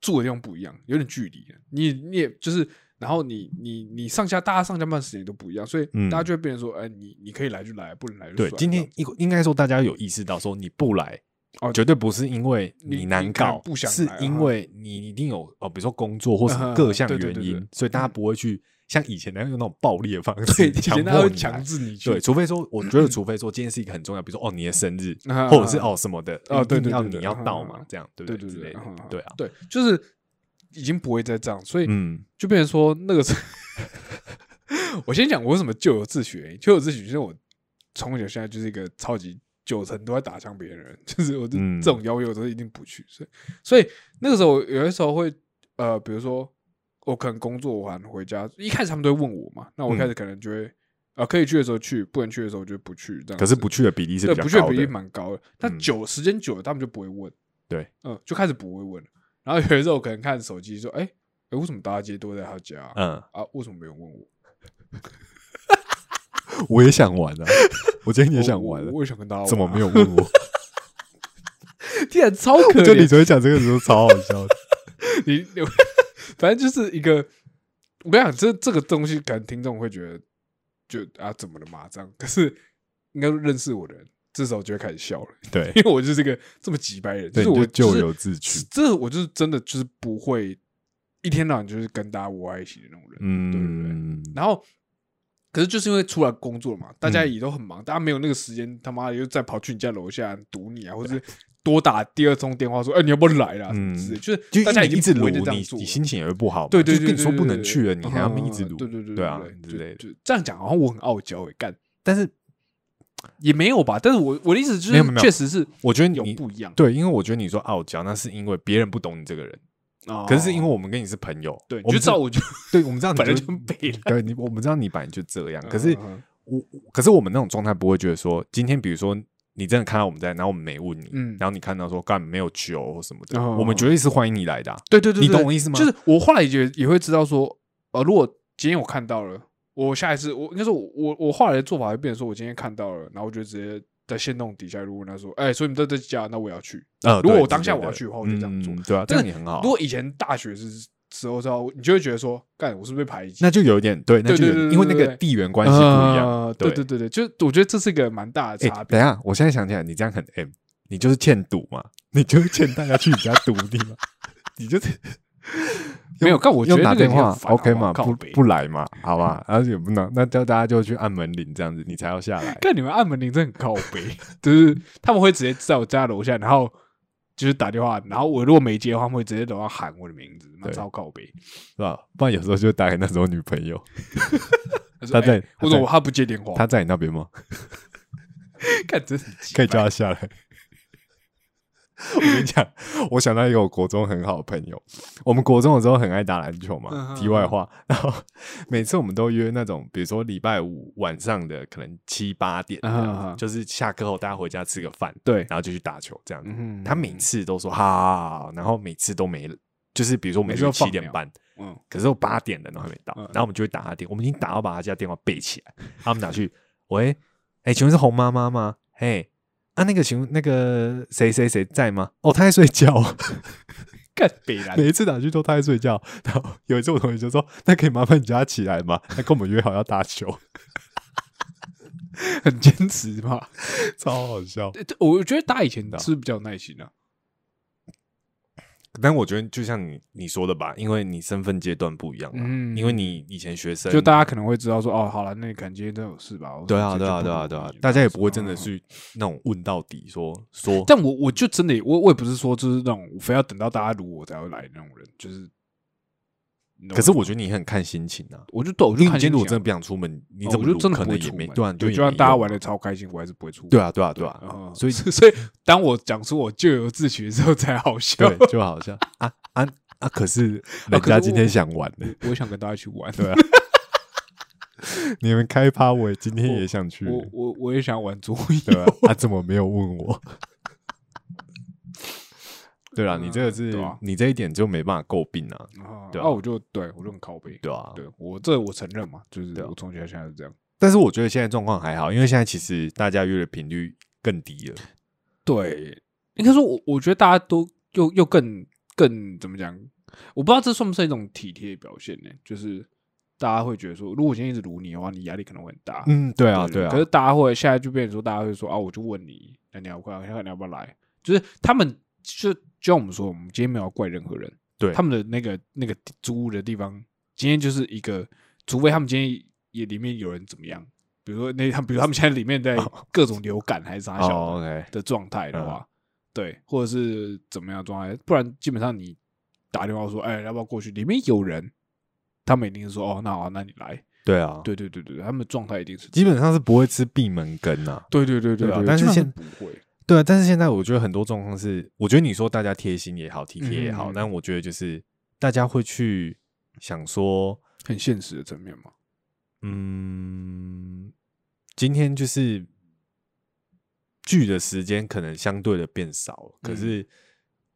[SPEAKER 1] 住的地方不一样，有点距离，你你也就是然后你你你上下大家上下班时间都不一样，所以
[SPEAKER 2] 嗯
[SPEAKER 1] 大家就会变成说，哎、你你可以来就来，不能来就
[SPEAKER 2] 对，
[SPEAKER 1] 算
[SPEAKER 2] 今天
[SPEAKER 1] 这样
[SPEAKER 2] 应应该说大家有意识到，说你不来，
[SPEAKER 1] 哦
[SPEAKER 2] 绝对不是因为
[SPEAKER 1] 你
[SPEAKER 2] 难
[SPEAKER 1] 你可能
[SPEAKER 2] 搞，
[SPEAKER 1] 不想
[SPEAKER 2] 是
[SPEAKER 1] 来啊
[SPEAKER 2] 因为你一定有哦，比如说工作或是
[SPEAKER 1] 嗯
[SPEAKER 2] 各项
[SPEAKER 1] 对对
[SPEAKER 2] 原
[SPEAKER 1] 对
[SPEAKER 2] 因
[SPEAKER 1] 对，嗯
[SPEAKER 2] 所以大家不会去像以前那样用那种暴力的方
[SPEAKER 1] 对
[SPEAKER 2] 式
[SPEAKER 1] 以前他
[SPEAKER 2] 迫
[SPEAKER 1] 会
[SPEAKER 2] 你来
[SPEAKER 1] 强。制你去
[SPEAKER 2] 对，，除非 说，我觉得除非说今天是一个很重要，比如说哦你的生日，
[SPEAKER 1] 啊
[SPEAKER 2] 或者是哦什么的，
[SPEAKER 1] 啊
[SPEAKER 2] 一
[SPEAKER 1] 对
[SPEAKER 2] 定
[SPEAKER 1] 对
[SPEAKER 2] 要
[SPEAKER 1] 对对
[SPEAKER 2] 你要
[SPEAKER 1] 嗯
[SPEAKER 2] 到
[SPEAKER 1] 嗯
[SPEAKER 2] 嘛
[SPEAKER 1] 嗯，
[SPEAKER 2] 这样对不
[SPEAKER 1] 对
[SPEAKER 2] 对之
[SPEAKER 1] 对
[SPEAKER 2] 类的
[SPEAKER 1] 嗯嗯，
[SPEAKER 2] 对啊，
[SPEAKER 1] 对，就是已经不会再这样，所以
[SPEAKER 2] 嗯
[SPEAKER 1] 就变成说那个时候 我先讲我为什么咎由自取原因，咎由自取就是我从小现在就是一个超级九成都在打枪别人， 就是我就
[SPEAKER 2] 嗯
[SPEAKER 1] 这种邀约我都一定不去，所以所以那个时候有的时候会呃，比如说我可能工作完回家，一开始他们都会问我嘛，那我
[SPEAKER 2] 嗯
[SPEAKER 1] 一开始可能就会、呃可以去的时候去，不能去的时候就不去这样子，
[SPEAKER 2] 可是不去的比例是
[SPEAKER 1] 对呃
[SPEAKER 2] 比较
[SPEAKER 1] 不去的
[SPEAKER 2] 高
[SPEAKER 1] 比例
[SPEAKER 2] 的，
[SPEAKER 1] 蛮高的，但
[SPEAKER 2] 嗯
[SPEAKER 1] 久时间久了他们就不会问，
[SPEAKER 2] 对，
[SPEAKER 1] 嗯，就开始不会问了，然后有的时候我可能看手机说，哎、哎为什么大家今天都在他家啊、
[SPEAKER 2] 嗯，
[SPEAKER 1] 啊，为什么没有问我？
[SPEAKER 2] 我也想 玩啊，我今天也
[SPEAKER 1] 我
[SPEAKER 2] 想玩
[SPEAKER 1] 哦我
[SPEAKER 2] 了，
[SPEAKER 1] 我也想跟大家玩、
[SPEAKER 2] 怎么没有？问我？
[SPEAKER 1] 天啊，超可
[SPEAKER 2] 就你
[SPEAKER 1] 怜！
[SPEAKER 2] 昨天讲这个时候超好 笑的，
[SPEAKER 1] 你你 反正就是一个，我跟你讲，这这个东西可能听众会觉得就啊怎么了嘛这样，可是应该认识我的人这时候就会开始笑了，
[SPEAKER 2] 对，
[SPEAKER 1] 因为我就是一个这么几白人，
[SPEAKER 2] 对，
[SPEAKER 1] 是我
[SPEAKER 2] 你就咎
[SPEAKER 1] 是
[SPEAKER 2] 由自取。
[SPEAKER 1] 这我就是真的就是不会一天到晚就是跟大家窝在一起的那种人，对对对。
[SPEAKER 2] 嗯，
[SPEAKER 1] 然后，可是就是因为出来工作嘛，大家
[SPEAKER 2] 嗯
[SPEAKER 1] 也都很忙，大家没有那个时间，他妈的又再跑去你家楼下堵你啊，或者是多打第二通电话说，哎、你要不要来啦？
[SPEAKER 2] 嗯
[SPEAKER 1] 嗯，之类就是
[SPEAKER 2] 就
[SPEAKER 1] 大家已
[SPEAKER 2] 一
[SPEAKER 1] 经
[SPEAKER 2] 直
[SPEAKER 1] 不
[SPEAKER 2] 撸
[SPEAKER 1] 会再这
[SPEAKER 2] 你
[SPEAKER 1] 样，做
[SPEAKER 2] 你
[SPEAKER 1] 了。
[SPEAKER 2] 心情也会不好嘛。
[SPEAKER 1] 对对
[SPEAKER 2] 就
[SPEAKER 1] 对，
[SPEAKER 2] 跟你说
[SPEAKER 1] 对
[SPEAKER 2] 不
[SPEAKER 1] 对
[SPEAKER 2] 能去了，你还要一直
[SPEAKER 1] 嗯
[SPEAKER 2] 撸。
[SPEAKER 1] 对对对
[SPEAKER 2] 对啊之
[SPEAKER 1] 对
[SPEAKER 2] 类的。
[SPEAKER 1] 就这样讲好像我很傲娇诶，欸干
[SPEAKER 2] 但是
[SPEAKER 1] 也没有吧？但是我我的意思就
[SPEAKER 2] 没有没有
[SPEAKER 1] 是，
[SPEAKER 2] 没有
[SPEAKER 1] 确实是
[SPEAKER 2] 我觉得
[SPEAKER 1] 有
[SPEAKER 2] 你
[SPEAKER 1] 不一样。
[SPEAKER 2] 对，因为我觉得你说傲娇，那是因为别人不懂你这个人，
[SPEAKER 1] 哦，
[SPEAKER 2] 可是是因为我们跟你是朋友，
[SPEAKER 1] 对，
[SPEAKER 2] 我
[SPEAKER 1] 就
[SPEAKER 2] 们
[SPEAKER 1] 照
[SPEAKER 2] 知
[SPEAKER 1] 我就
[SPEAKER 2] 对，我们知 道你
[SPEAKER 1] 本来
[SPEAKER 2] 就
[SPEAKER 1] 就嗯很北了。
[SPEAKER 2] 对你，我们知道你本来就这样。可是
[SPEAKER 1] 嗯嗯
[SPEAKER 2] 我，可是我们那种状态不会觉得说，今天比如说你真的看到我们在，然后我们没问你，
[SPEAKER 1] 嗯
[SPEAKER 2] 然后你看到说干没有酒或什么的，
[SPEAKER 1] 哦
[SPEAKER 2] 我们绝对是欢迎你来的啊。
[SPEAKER 1] 对对对，
[SPEAKER 2] 你
[SPEAKER 1] 对
[SPEAKER 2] 懂我意思吗
[SPEAKER 1] 就是我后来也也会知道说，呃，如果今天我看到了，我下一次我应该说我我我后来的做法会变成说，我今天看到了，然后我就直接在线动底下就问他说，哎、所以你们在这家，那我也要去。
[SPEAKER 2] 呃，
[SPEAKER 1] 如果
[SPEAKER 2] 对
[SPEAKER 1] 我当
[SPEAKER 2] 之
[SPEAKER 1] 下
[SPEAKER 2] 类
[SPEAKER 1] 我要
[SPEAKER 2] 的
[SPEAKER 1] 去的话我就这样做
[SPEAKER 2] 嗯对啊，这
[SPEAKER 1] 但
[SPEAKER 2] 样
[SPEAKER 1] 是
[SPEAKER 2] 也很好啊。
[SPEAKER 1] 如果以前大学是时候之后，你就会觉得说，干，我是不是被排挤？
[SPEAKER 2] 那就有点对，那
[SPEAKER 1] 对
[SPEAKER 2] 就
[SPEAKER 1] 对
[SPEAKER 2] 有
[SPEAKER 1] 对
[SPEAKER 2] 点
[SPEAKER 1] 对
[SPEAKER 2] 因为那
[SPEAKER 1] 对
[SPEAKER 2] 个
[SPEAKER 1] 对
[SPEAKER 2] 地缘关系不一样。
[SPEAKER 1] 呃
[SPEAKER 2] 对
[SPEAKER 1] 对对对对，就是我觉得这是一个蛮大的
[SPEAKER 2] 哎、
[SPEAKER 1] 差别。
[SPEAKER 2] 等一下，我现在想起来，你这样很 M，你就是欠赌嘛，你就是欠大家去你家赌你嘛， 你就是
[SPEAKER 1] 没有，看我觉
[SPEAKER 2] 用
[SPEAKER 1] 得
[SPEAKER 2] 打
[SPEAKER 1] 那个
[SPEAKER 2] 电
[SPEAKER 1] 也很
[SPEAKER 2] 话
[SPEAKER 1] 烦啊
[SPEAKER 2] OK
[SPEAKER 1] 好
[SPEAKER 2] 嘛，
[SPEAKER 1] 好
[SPEAKER 2] 不
[SPEAKER 1] 靠北
[SPEAKER 2] 不来嘛，好 吧，然后也不能，那叫大家就去按门铃这样子，你才要下 来。
[SPEAKER 1] 看你们按门铃真的很靠背，就是他们会直接在我家楼下，然后就是打电话，然后我如果没接的话，他们会直接楼上喊我的名字，那
[SPEAKER 2] 对
[SPEAKER 1] 超靠背。
[SPEAKER 2] 是吧？不然有时候就打给那时候女朋友，
[SPEAKER 1] 他说
[SPEAKER 2] 他在
[SPEAKER 1] 欸
[SPEAKER 2] 他
[SPEAKER 1] 我怎么
[SPEAKER 2] 在
[SPEAKER 1] 他不接电话？
[SPEAKER 2] 她在你那边 吗？
[SPEAKER 1] 看真的很奇
[SPEAKER 2] 可以
[SPEAKER 1] 怪
[SPEAKER 2] 叫她下来。 我跟你讲，我想到一个我国中很好的朋友，我们国中的时候很爱打篮球
[SPEAKER 1] 嗯
[SPEAKER 2] 嘛。
[SPEAKER 1] 哼
[SPEAKER 2] 题外话，然后每次我们都约那种，比如说礼拜五晚上的可能七八点这样子
[SPEAKER 1] 嗯哼哼
[SPEAKER 2] 就是下课后大家回家吃个饭，
[SPEAKER 1] 对，
[SPEAKER 2] 然后就去打球这样子。
[SPEAKER 1] 嗯哼
[SPEAKER 2] 他每次都说好好好好然后每次都没，就是比如说我们
[SPEAKER 1] 每次都
[SPEAKER 2] 七
[SPEAKER 1] 放
[SPEAKER 2] 点
[SPEAKER 1] 鸟
[SPEAKER 2] 半，
[SPEAKER 1] 嗯，
[SPEAKER 2] 可是我八点了都还没到，
[SPEAKER 1] 嗯
[SPEAKER 2] 然后我们就会打他电，我们已经打到把他家电话背起来，然后我们打去，喂，哎、请问是红妈妈吗？嘿，啊，那个请问那个谁谁谁在吗？哦，他在 睡觉，
[SPEAKER 1] 看北兰
[SPEAKER 2] 每一次打去都他在睡觉。然后有一次我同学就说，那可以麻烦你叫他起来吗？他跟我们约好要打球，
[SPEAKER 1] 很坚持嘛。
[SPEAKER 2] 超好笑。
[SPEAKER 1] 对我觉得大家以前是不是比较有耐心啊，
[SPEAKER 2] 但我觉得就像你你说的吧，因为你身份阶段不一样啦，
[SPEAKER 1] 嗯
[SPEAKER 2] 啊因为你以前学生
[SPEAKER 1] 就大家可能会知道说，哦，好了，那你可能今天真的有事吧？我
[SPEAKER 2] 对啊，
[SPEAKER 1] 直接
[SPEAKER 2] 对
[SPEAKER 1] 就
[SPEAKER 2] 啊，对啊，
[SPEAKER 1] 不
[SPEAKER 2] 对啊
[SPEAKER 1] 理你，
[SPEAKER 2] 大家也
[SPEAKER 1] 这样
[SPEAKER 2] 不会
[SPEAKER 1] 子
[SPEAKER 2] 真的
[SPEAKER 1] 嗯
[SPEAKER 2] 去那种问到底说说，
[SPEAKER 1] 但我我就真的也我我也不是说就是那种我非要等到大家撸我才会来的那种人，就是。你懂
[SPEAKER 2] 可是
[SPEAKER 1] 吗
[SPEAKER 2] 我觉得你很看心情啊。
[SPEAKER 1] 我就对我
[SPEAKER 2] 因为
[SPEAKER 1] 就
[SPEAKER 2] 你
[SPEAKER 1] 看心
[SPEAKER 2] 今天如果
[SPEAKER 1] 情啊
[SPEAKER 2] 真的不想出门，你
[SPEAKER 1] 哦
[SPEAKER 2] 怎么
[SPEAKER 1] 我就
[SPEAKER 2] 撸
[SPEAKER 1] 真的
[SPEAKER 2] 可
[SPEAKER 1] 不
[SPEAKER 2] 能
[SPEAKER 1] 会
[SPEAKER 2] 也
[SPEAKER 1] 出
[SPEAKER 2] 没
[SPEAKER 1] 门
[SPEAKER 2] 对啊，你
[SPEAKER 1] 对，
[SPEAKER 2] 也
[SPEAKER 1] 就算
[SPEAKER 2] 没
[SPEAKER 1] 大家
[SPEAKER 2] 用
[SPEAKER 1] 玩
[SPEAKER 2] 啊
[SPEAKER 1] 的超开心，我还是不会出门。
[SPEAKER 2] 对啊，对啊，对啊，
[SPEAKER 1] 嗯，
[SPEAKER 2] 所 以
[SPEAKER 1] 所以当我讲出我咎由自取的时候才好笑。
[SPEAKER 2] 对，就好像啊啊啊，可是
[SPEAKER 1] 可
[SPEAKER 2] 人
[SPEAKER 1] 是
[SPEAKER 2] 家今
[SPEAKER 1] 我
[SPEAKER 2] 天想玩的，
[SPEAKER 1] 我想跟大家去玩，
[SPEAKER 2] 对啊，你们开趴，我也今天也想去，
[SPEAKER 1] 我我我也想玩桌椅。
[SPEAKER 2] 对吧？他怎么没有问我？ 对啊，你这个是
[SPEAKER 1] 对啊
[SPEAKER 2] 你这一点就没办法诟病啊，
[SPEAKER 1] 啊，
[SPEAKER 2] 对啊
[SPEAKER 1] 啊我就对我就很靠背。
[SPEAKER 2] 对啊，
[SPEAKER 1] 对我这我承认嘛，就是
[SPEAKER 2] 对啊
[SPEAKER 1] 我从小现在是这样。
[SPEAKER 2] 但是我觉得现在状况还好，因为现在其实大家约的频率更低了，
[SPEAKER 1] 对，应该说我我觉得大家都又又更更怎么讲，我不知道这算不算一种体贴表现呢、就是大家会觉得说，如果我今天一直撸你的话，你压力可能会很大。
[SPEAKER 2] 嗯，对啊，
[SPEAKER 1] 对
[SPEAKER 2] 对啊
[SPEAKER 1] 可，是大家会现在就变成说，大家会说啊，我就问你，那你要不要，你要不要来？就是他们就就像我们说，我们今天没有要怪任何人，
[SPEAKER 2] 对
[SPEAKER 1] 他们的那个那个租屋的地方，今天就是一个，除非他们今天也里面有人怎么样，比如说那他们比如他们现在里 面在各种流感还是啥小的
[SPEAKER 2] 哦，OK，嗯
[SPEAKER 1] 的状态的话，对，或者是怎么样的状态，不然基本上你打电话说，哎、要不要过去？里面有人，他们一定是说，哦，那好，那你来。
[SPEAKER 2] 对啊，
[SPEAKER 1] 对对对对，他们的状态一定是这样，
[SPEAKER 2] 基本上是不会吃闭门羹呐、
[SPEAKER 1] 对对对
[SPEAKER 2] 对啊
[SPEAKER 1] 对，
[SPEAKER 2] 但是
[SPEAKER 1] 基本上
[SPEAKER 2] 现
[SPEAKER 1] 不会，
[SPEAKER 2] 对啊，但是现在我觉得很多状况是，我觉得你说大家贴心也好，体贴也
[SPEAKER 1] 嗯
[SPEAKER 2] 好，但我觉得就是大家会去想说，
[SPEAKER 1] 很现实的层面嘛。
[SPEAKER 2] 嗯，今天就是聚的时间可能相对的变少了，可
[SPEAKER 1] 嗯
[SPEAKER 2] 是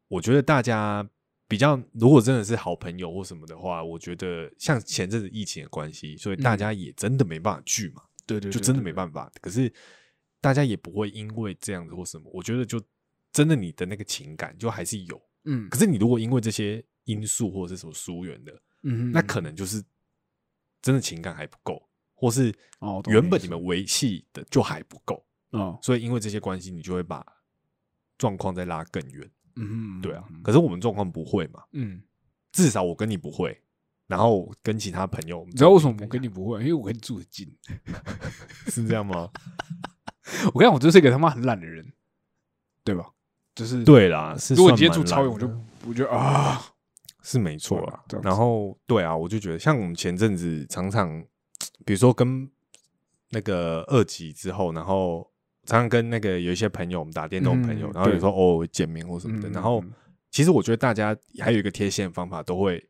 [SPEAKER 2] 我觉得大家比较，如果真的是好朋友或什么的话，我觉得像前阵子疫情的关系，所以大
[SPEAKER 1] 嗯
[SPEAKER 2] 家也真的没办法聚嘛，
[SPEAKER 1] 对对
[SPEAKER 2] 就真的没
[SPEAKER 1] 法。
[SPEAKER 2] 办法。可是大家也不会因为这样子或什么，我觉得就真的你的那个情感就还是有。
[SPEAKER 1] 嗯
[SPEAKER 2] 可是你如果因为这些因素或者是什么疏远的，
[SPEAKER 1] 嗯，
[SPEAKER 2] 那可能就是真的情感还不够，或是
[SPEAKER 1] 哦我懂
[SPEAKER 2] 原
[SPEAKER 1] 你
[SPEAKER 2] 本
[SPEAKER 1] 意
[SPEAKER 2] 你
[SPEAKER 1] 思
[SPEAKER 2] 们维系的就还不够，
[SPEAKER 1] 哦，
[SPEAKER 2] 所以因为这些关系，你就会把状况再拉更远。
[SPEAKER 1] 嗯，
[SPEAKER 2] 对啊，
[SPEAKER 1] 嗯
[SPEAKER 2] 可是我们状况不会嘛，
[SPEAKER 1] 嗯，
[SPEAKER 2] 至少我跟你不会，然后跟其他朋友，
[SPEAKER 1] 你知道为什么我
[SPEAKER 2] 啊
[SPEAKER 1] 跟你不会？因为我跟你住的近。
[SPEAKER 2] 是这 样吗？
[SPEAKER 1] 我跟你讲，我就是一个他妈很懒的人，对吧？就是，
[SPEAKER 2] 对啦，是
[SPEAKER 1] 如果你
[SPEAKER 2] 算
[SPEAKER 1] 今天住
[SPEAKER 2] 蛮
[SPEAKER 1] 超
[SPEAKER 2] 懒
[SPEAKER 1] 远，我就
[SPEAKER 2] 的
[SPEAKER 1] 我就啊，
[SPEAKER 2] 是没错
[SPEAKER 1] 对
[SPEAKER 2] 啦
[SPEAKER 1] 啊这。样子
[SPEAKER 2] 然后对啊，我就觉得像我们前阵子常常，比如说跟那个二级之后，然后常常跟那个有一些朋友，我们打电动的朋友，
[SPEAKER 1] 嗯
[SPEAKER 2] 然后有
[SPEAKER 1] 对
[SPEAKER 2] 时候偶尔会见面或什么的。
[SPEAKER 1] 嗯
[SPEAKER 2] 然后
[SPEAKER 1] 嗯
[SPEAKER 2] 其实我觉得大家还有一个贴现的方法，都会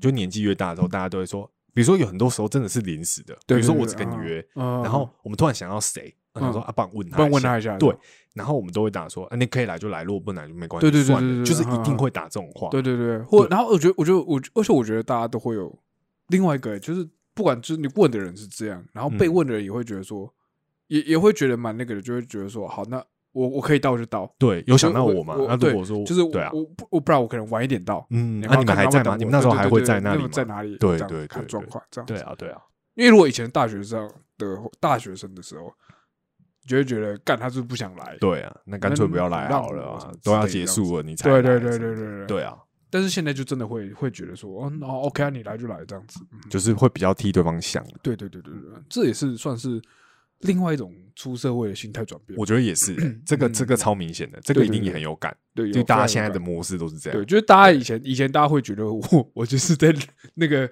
[SPEAKER 2] 就年纪越大之后，大家都会说，比如说有很多时候真的是临时的，比
[SPEAKER 1] 对
[SPEAKER 2] 如说
[SPEAKER 1] 对
[SPEAKER 2] 我
[SPEAKER 1] 对
[SPEAKER 2] 只跟你
[SPEAKER 1] 啊
[SPEAKER 2] 约，
[SPEAKER 1] 嗯
[SPEAKER 2] 然后我们突然想到谁，然后说
[SPEAKER 1] 嗯
[SPEAKER 2] 啊，帮问他，
[SPEAKER 1] 不然问他一下，
[SPEAKER 2] 对，然后我们都会打说，啊，你可以来就来，如果不来就没关
[SPEAKER 1] 对
[SPEAKER 2] 系，
[SPEAKER 1] 对对
[SPEAKER 2] 算了
[SPEAKER 1] 对对对
[SPEAKER 2] 就是
[SPEAKER 1] 嗯
[SPEAKER 2] 一定
[SPEAKER 1] 嗯
[SPEAKER 2] 会打这种话，
[SPEAKER 1] 对对对，或
[SPEAKER 2] 对
[SPEAKER 1] 然后我觉得，我觉得，我而且我觉得大家都会有另外一个，就是不管就是你问的人是这样，然后被
[SPEAKER 2] 嗯
[SPEAKER 1] 问的人也会觉得说，也也会觉得蛮那个的，就会觉得说，好，那我我可以到就到，
[SPEAKER 2] 对，有想到
[SPEAKER 1] 我
[SPEAKER 2] 我吗？那
[SPEAKER 1] 对
[SPEAKER 2] 如果说
[SPEAKER 1] 就是我
[SPEAKER 2] 对啊，
[SPEAKER 1] 我不我不然我可能晚一点到，
[SPEAKER 2] 嗯，那
[SPEAKER 1] 要
[SPEAKER 2] 你们
[SPEAKER 1] 看
[SPEAKER 2] 还
[SPEAKER 1] 他
[SPEAKER 2] 在
[SPEAKER 1] 等
[SPEAKER 2] 吗？你
[SPEAKER 1] 我
[SPEAKER 2] 们那时候
[SPEAKER 1] 对对
[SPEAKER 2] 还会
[SPEAKER 1] 对
[SPEAKER 2] 在
[SPEAKER 1] 你
[SPEAKER 2] 里
[SPEAKER 1] 们
[SPEAKER 2] 吗？
[SPEAKER 1] 在哪里？
[SPEAKER 2] 对
[SPEAKER 1] 这样
[SPEAKER 2] 对对
[SPEAKER 1] 看
[SPEAKER 2] 对
[SPEAKER 1] 状况这样。
[SPEAKER 2] 对啊，对啊，
[SPEAKER 1] 因为如果以前大学生的大学生的时候，你就会觉得干他是不是不想来，
[SPEAKER 2] 对啊，那干脆不要来好了
[SPEAKER 1] 那
[SPEAKER 2] 啊
[SPEAKER 1] 你们，
[SPEAKER 2] 都要结束了你才
[SPEAKER 1] 对
[SPEAKER 2] 来
[SPEAKER 1] 对对
[SPEAKER 2] 什么
[SPEAKER 1] 对
[SPEAKER 2] 的
[SPEAKER 1] 对对
[SPEAKER 2] 对啊，
[SPEAKER 1] 但是现在就真的会会觉得说，哦，那 OK 啊，你来就来这样子，嗯
[SPEAKER 2] 就是会比较替对方想，
[SPEAKER 1] 对对对对对，
[SPEAKER 2] 嗯
[SPEAKER 1] 这也是算是另外一种出社会的心态转变。
[SPEAKER 2] 我觉得也是欸，这个这个超明显的，这个
[SPEAKER 1] 嗯对
[SPEAKER 2] 一
[SPEAKER 1] 对
[SPEAKER 2] 定也
[SPEAKER 1] 对
[SPEAKER 2] 很有感，
[SPEAKER 1] 对，
[SPEAKER 2] 就
[SPEAKER 1] 有
[SPEAKER 2] 大家
[SPEAKER 1] 非常有
[SPEAKER 2] 现在的
[SPEAKER 1] 感
[SPEAKER 2] 模式都是这
[SPEAKER 1] 对，
[SPEAKER 2] 样，
[SPEAKER 1] 就是大家以前以前大家会觉得我我就是在 那个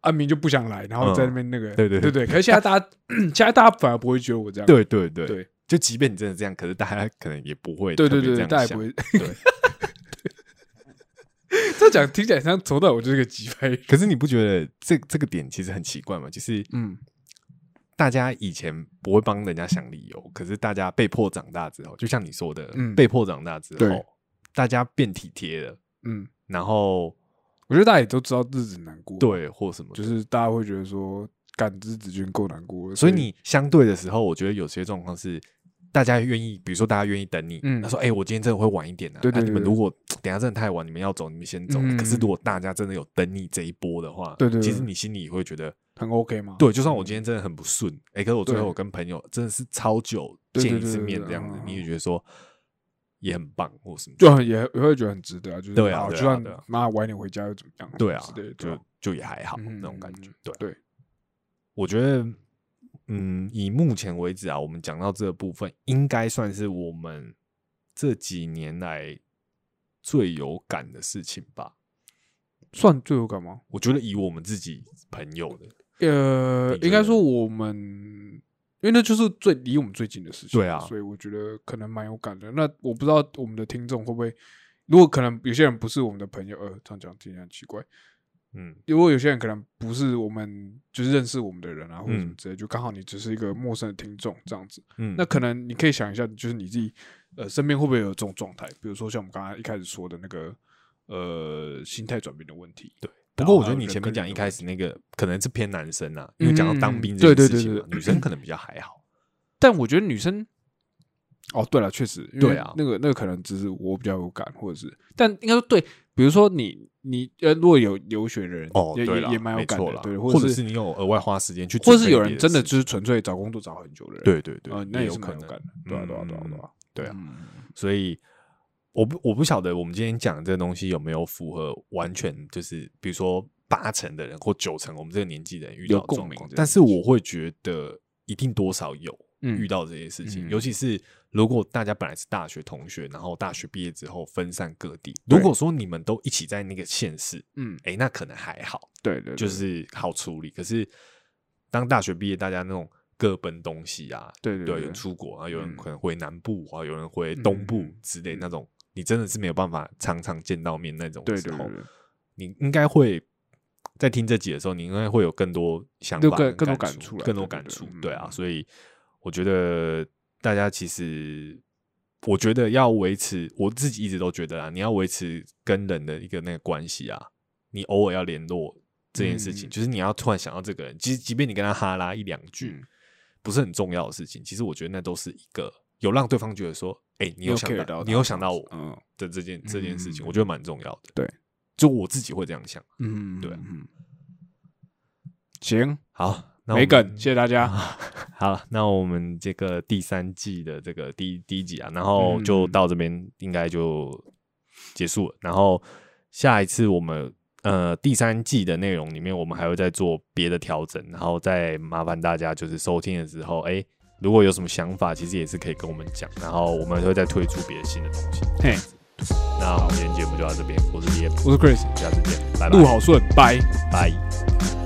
[SPEAKER 1] 安明就不想来，然后在那边那个、
[SPEAKER 2] 嗯对对
[SPEAKER 1] 对对，
[SPEAKER 2] 对
[SPEAKER 1] 可是现在大家 现在大家反而不会觉得我这样，
[SPEAKER 2] 对对对
[SPEAKER 1] 对
[SPEAKER 2] 就即便你真的这样，可是大家可能也不会
[SPEAKER 1] 对对
[SPEAKER 2] 特别
[SPEAKER 1] 对
[SPEAKER 2] 这
[SPEAKER 1] 对，
[SPEAKER 2] 样
[SPEAKER 1] 大家也
[SPEAKER 2] 想
[SPEAKER 1] 不会。
[SPEAKER 2] 对
[SPEAKER 1] 这讲听起来像从头到尾就是个鸡掰人，
[SPEAKER 2] 可是你不觉得这这个点其实很奇怪吗？就是
[SPEAKER 1] 嗯，
[SPEAKER 2] 大家以前不会帮人家想理由，可是大家被迫长大之后，就像你说的，
[SPEAKER 1] 嗯
[SPEAKER 2] 被迫长大之
[SPEAKER 1] 对
[SPEAKER 2] 后，大家变体贴了，
[SPEAKER 1] 嗯，
[SPEAKER 2] 然后
[SPEAKER 1] 我觉得大家也都知道日子难过，，
[SPEAKER 2] 对或什么
[SPEAKER 1] 就
[SPEAKER 2] 的，
[SPEAKER 1] 是大家会觉得说，感知子君够难过了，
[SPEAKER 2] 所以你相对的时候，我觉得有些状况是大家愿意，比如说大家愿意等你，
[SPEAKER 1] 嗯
[SPEAKER 2] 他说：“哎、我今天真的会晚一点啊。”
[SPEAKER 1] 对对
[SPEAKER 2] 啊、你们
[SPEAKER 1] 对对
[SPEAKER 2] 如果等一下真的太晚，你们要走，你们先走。
[SPEAKER 1] 嗯
[SPEAKER 2] 可是如果大家真的有等你这一波的话，
[SPEAKER 1] 对对对
[SPEAKER 2] 其实你心里也会觉得，
[SPEAKER 1] 很 OK 吗？
[SPEAKER 2] 对，就算我今天真的很不顺，哎、可是我最
[SPEAKER 1] 对
[SPEAKER 2] 后我跟朋友真的是超久
[SPEAKER 1] 对对
[SPEAKER 2] 见一
[SPEAKER 1] 对
[SPEAKER 2] 次
[SPEAKER 1] 对
[SPEAKER 2] 面
[SPEAKER 1] 对
[SPEAKER 2] 这样子
[SPEAKER 1] 嗯，
[SPEAKER 2] 你也觉得说也很棒或什么之类
[SPEAKER 1] 就
[SPEAKER 2] 的，
[SPEAKER 1] 很也也会觉得很值得啊，就是
[SPEAKER 2] 对啊
[SPEAKER 1] 妈
[SPEAKER 2] 对啊
[SPEAKER 1] 就算
[SPEAKER 2] 对啊
[SPEAKER 1] 妈晚一点回家又怎么样？
[SPEAKER 2] 对啊
[SPEAKER 1] 之类的，对
[SPEAKER 2] 就
[SPEAKER 1] 啊
[SPEAKER 2] 就也还好、
[SPEAKER 1] 嗯
[SPEAKER 2] 那种感觉
[SPEAKER 1] 嗯。
[SPEAKER 2] 对啊，
[SPEAKER 1] 对，
[SPEAKER 2] 我觉得，嗯，以目前为止啊，我们讲到这部分，应该算是我们这几年来最有感的事情吧。
[SPEAKER 1] 算最有感吗？
[SPEAKER 2] 我觉得以我们自己朋友的，
[SPEAKER 1] 呃
[SPEAKER 2] 你，觉
[SPEAKER 1] 应该
[SPEAKER 2] 得
[SPEAKER 1] 说我们，因为那就是最离我们最近的事情，
[SPEAKER 2] 对啊
[SPEAKER 1] 所以我觉得可能蛮有感的。那我不知道我们的听众会不会，如果可能有些人不是我们的朋友，呃，这样讲听起来很奇怪。
[SPEAKER 2] 嗯，
[SPEAKER 1] 如果有些人可能不是我们就是认识我们的人啊，或者什么
[SPEAKER 2] 嗯
[SPEAKER 1] 之类，就刚好你只是一个陌生的听众这样子，
[SPEAKER 2] 嗯
[SPEAKER 1] 那可能你可以想一下，就是你自己呃身边会不会有这种状态？比如说像我们刚刚一开始说的那个呃心态转变的问题，
[SPEAKER 2] 对。不
[SPEAKER 1] 然后
[SPEAKER 2] 过我
[SPEAKER 1] 还
[SPEAKER 2] 觉得
[SPEAKER 1] 有
[SPEAKER 2] 你
[SPEAKER 1] 人
[SPEAKER 2] 前
[SPEAKER 1] 跟
[SPEAKER 2] 面讲
[SPEAKER 1] 人
[SPEAKER 2] 一
[SPEAKER 1] 的
[SPEAKER 2] 开
[SPEAKER 1] 问
[SPEAKER 2] 始那个可能是偏男生啊，因为讲到当
[SPEAKER 1] 嗯
[SPEAKER 2] 兵这
[SPEAKER 1] 对
[SPEAKER 2] 件
[SPEAKER 1] 对
[SPEAKER 2] 事
[SPEAKER 1] 对
[SPEAKER 2] 情嘛，
[SPEAKER 1] 对
[SPEAKER 2] 女生可能比较还好。
[SPEAKER 1] 但我觉得女生哦，对了，确实，因为
[SPEAKER 2] 对啊
[SPEAKER 1] 那个那个可能只是我比较有感，或者是，但应该说对，比如说你你呃，如果有留学的人，
[SPEAKER 2] 哦，
[SPEAKER 1] 也
[SPEAKER 2] 对
[SPEAKER 1] 也
[SPEAKER 2] 啦
[SPEAKER 1] 也蛮有
[SPEAKER 2] 没
[SPEAKER 1] 感
[SPEAKER 2] 错
[SPEAKER 1] 的
[SPEAKER 2] 啦，，
[SPEAKER 1] 对，
[SPEAKER 2] 或
[SPEAKER 1] 者
[SPEAKER 2] 者是你有额外花时间去准
[SPEAKER 1] 或者
[SPEAKER 2] 备别事情，
[SPEAKER 1] 是有人真的就是纯粹找工作找很久的人，
[SPEAKER 2] 对对对，
[SPEAKER 1] 呃，那也
[SPEAKER 2] 有
[SPEAKER 1] 是
[SPEAKER 2] 可
[SPEAKER 1] 蛮有
[SPEAKER 2] 能
[SPEAKER 1] 感的，对啊，对啊，对啊，对啊，
[SPEAKER 2] 对啊，
[SPEAKER 1] 嗯
[SPEAKER 2] 所以我不我不晓得我们今天讲的这个东西有没有符合完全就是比如说八成的人或九成我们这个年纪的人遇到
[SPEAKER 1] 有
[SPEAKER 2] 的
[SPEAKER 1] 共
[SPEAKER 2] 状
[SPEAKER 1] 鸣
[SPEAKER 2] 况
[SPEAKER 1] 这，
[SPEAKER 2] 但
[SPEAKER 1] 件
[SPEAKER 2] 是我会觉得一定多少有。
[SPEAKER 1] 嗯
[SPEAKER 2] 遇到这些事
[SPEAKER 1] 嗯
[SPEAKER 2] 情，尤其是如果大家本来是大学同学，然后大学毕业之后分散各地，
[SPEAKER 1] 对
[SPEAKER 2] 如果说你们都一起在那个县市，
[SPEAKER 1] 嗯，
[SPEAKER 2] 哎、那可能还好，
[SPEAKER 1] 对对，
[SPEAKER 2] 就
[SPEAKER 1] 对
[SPEAKER 2] 是好处理。可是当大学毕业，大家那种各奔东西啊，
[SPEAKER 1] 对对
[SPEAKER 2] 对，
[SPEAKER 1] 对
[SPEAKER 2] 有人
[SPEAKER 1] 对
[SPEAKER 2] 出国啊，有人
[SPEAKER 1] 嗯
[SPEAKER 2] 可能回南部啊，有人回东部
[SPEAKER 1] 嗯
[SPEAKER 2] 之类那种，你真的是没有办法常常见到面那种
[SPEAKER 1] 对
[SPEAKER 2] 时
[SPEAKER 1] 对
[SPEAKER 2] 候
[SPEAKER 1] 对，
[SPEAKER 2] 你应该会在听这集的时候，你应该会有更多想
[SPEAKER 1] 就
[SPEAKER 2] 法
[SPEAKER 1] 更
[SPEAKER 2] 跟
[SPEAKER 1] 更多
[SPEAKER 2] 感
[SPEAKER 1] 感触啦
[SPEAKER 2] 更多
[SPEAKER 1] 对对
[SPEAKER 2] 感
[SPEAKER 1] 对
[SPEAKER 2] 触
[SPEAKER 1] 嗯，
[SPEAKER 2] 对啊，所以我觉得大家其实。我觉得要维持我自己一直都觉得啊，你要维持跟人的一个那个关系啊，你偶尔要联络这件事
[SPEAKER 1] 嗯
[SPEAKER 2] 情，就是你要突然想到这个人，其实即便你跟他哈拉一两句，
[SPEAKER 1] 嗯
[SPEAKER 2] 不是很重要的事情，其实我觉得那都是一个有让对方觉得说，哎、你
[SPEAKER 1] 你
[SPEAKER 2] 有
[SPEAKER 1] 有
[SPEAKER 2] 想
[SPEAKER 1] care
[SPEAKER 2] 到，
[SPEAKER 1] 到
[SPEAKER 2] 你
[SPEAKER 1] 他
[SPEAKER 2] 有
[SPEAKER 1] 这
[SPEAKER 2] 想
[SPEAKER 1] 样
[SPEAKER 2] 到
[SPEAKER 1] 子
[SPEAKER 2] 我
[SPEAKER 1] 嗯
[SPEAKER 2] 的这件、这件事情，
[SPEAKER 1] 嗯
[SPEAKER 2] 我觉得蛮重要的。
[SPEAKER 1] 对，
[SPEAKER 2] 就我自己会这样想。
[SPEAKER 1] 嗯，
[SPEAKER 2] 对
[SPEAKER 1] 嗯，嗯行，
[SPEAKER 2] 好，那我
[SPEAKER 1] 没
[SPEAKER 2] 们啊
[SPEAKER 1] 梗， 啊谢谢大家，
[SPEAKER 2] 好，那我们这个第三季的这个第第一集啊，然后就
[SPEAKER 1] 嗯
[SPEAKER 2] 到这边应该就结束了。然后下一次我们呃第三季的内容里面，我们还会再做别的调整，然后再麻烦大家就是收听的时候，哎、如果有什么想法，其实也是可以跟我们讲，然后我们会再推出别的新的东西。
[SPEAKER 1] 嘿，
[SPEAKER 2] 那我们今天节目就到这边，我是 D M，
[SPEAKER 1] 我是 Chris，
[SPEAKER 2] 下次见，拜拜，
[SPEAKER 1] 路好顺，拜。
[SPEAKER 2] 拜。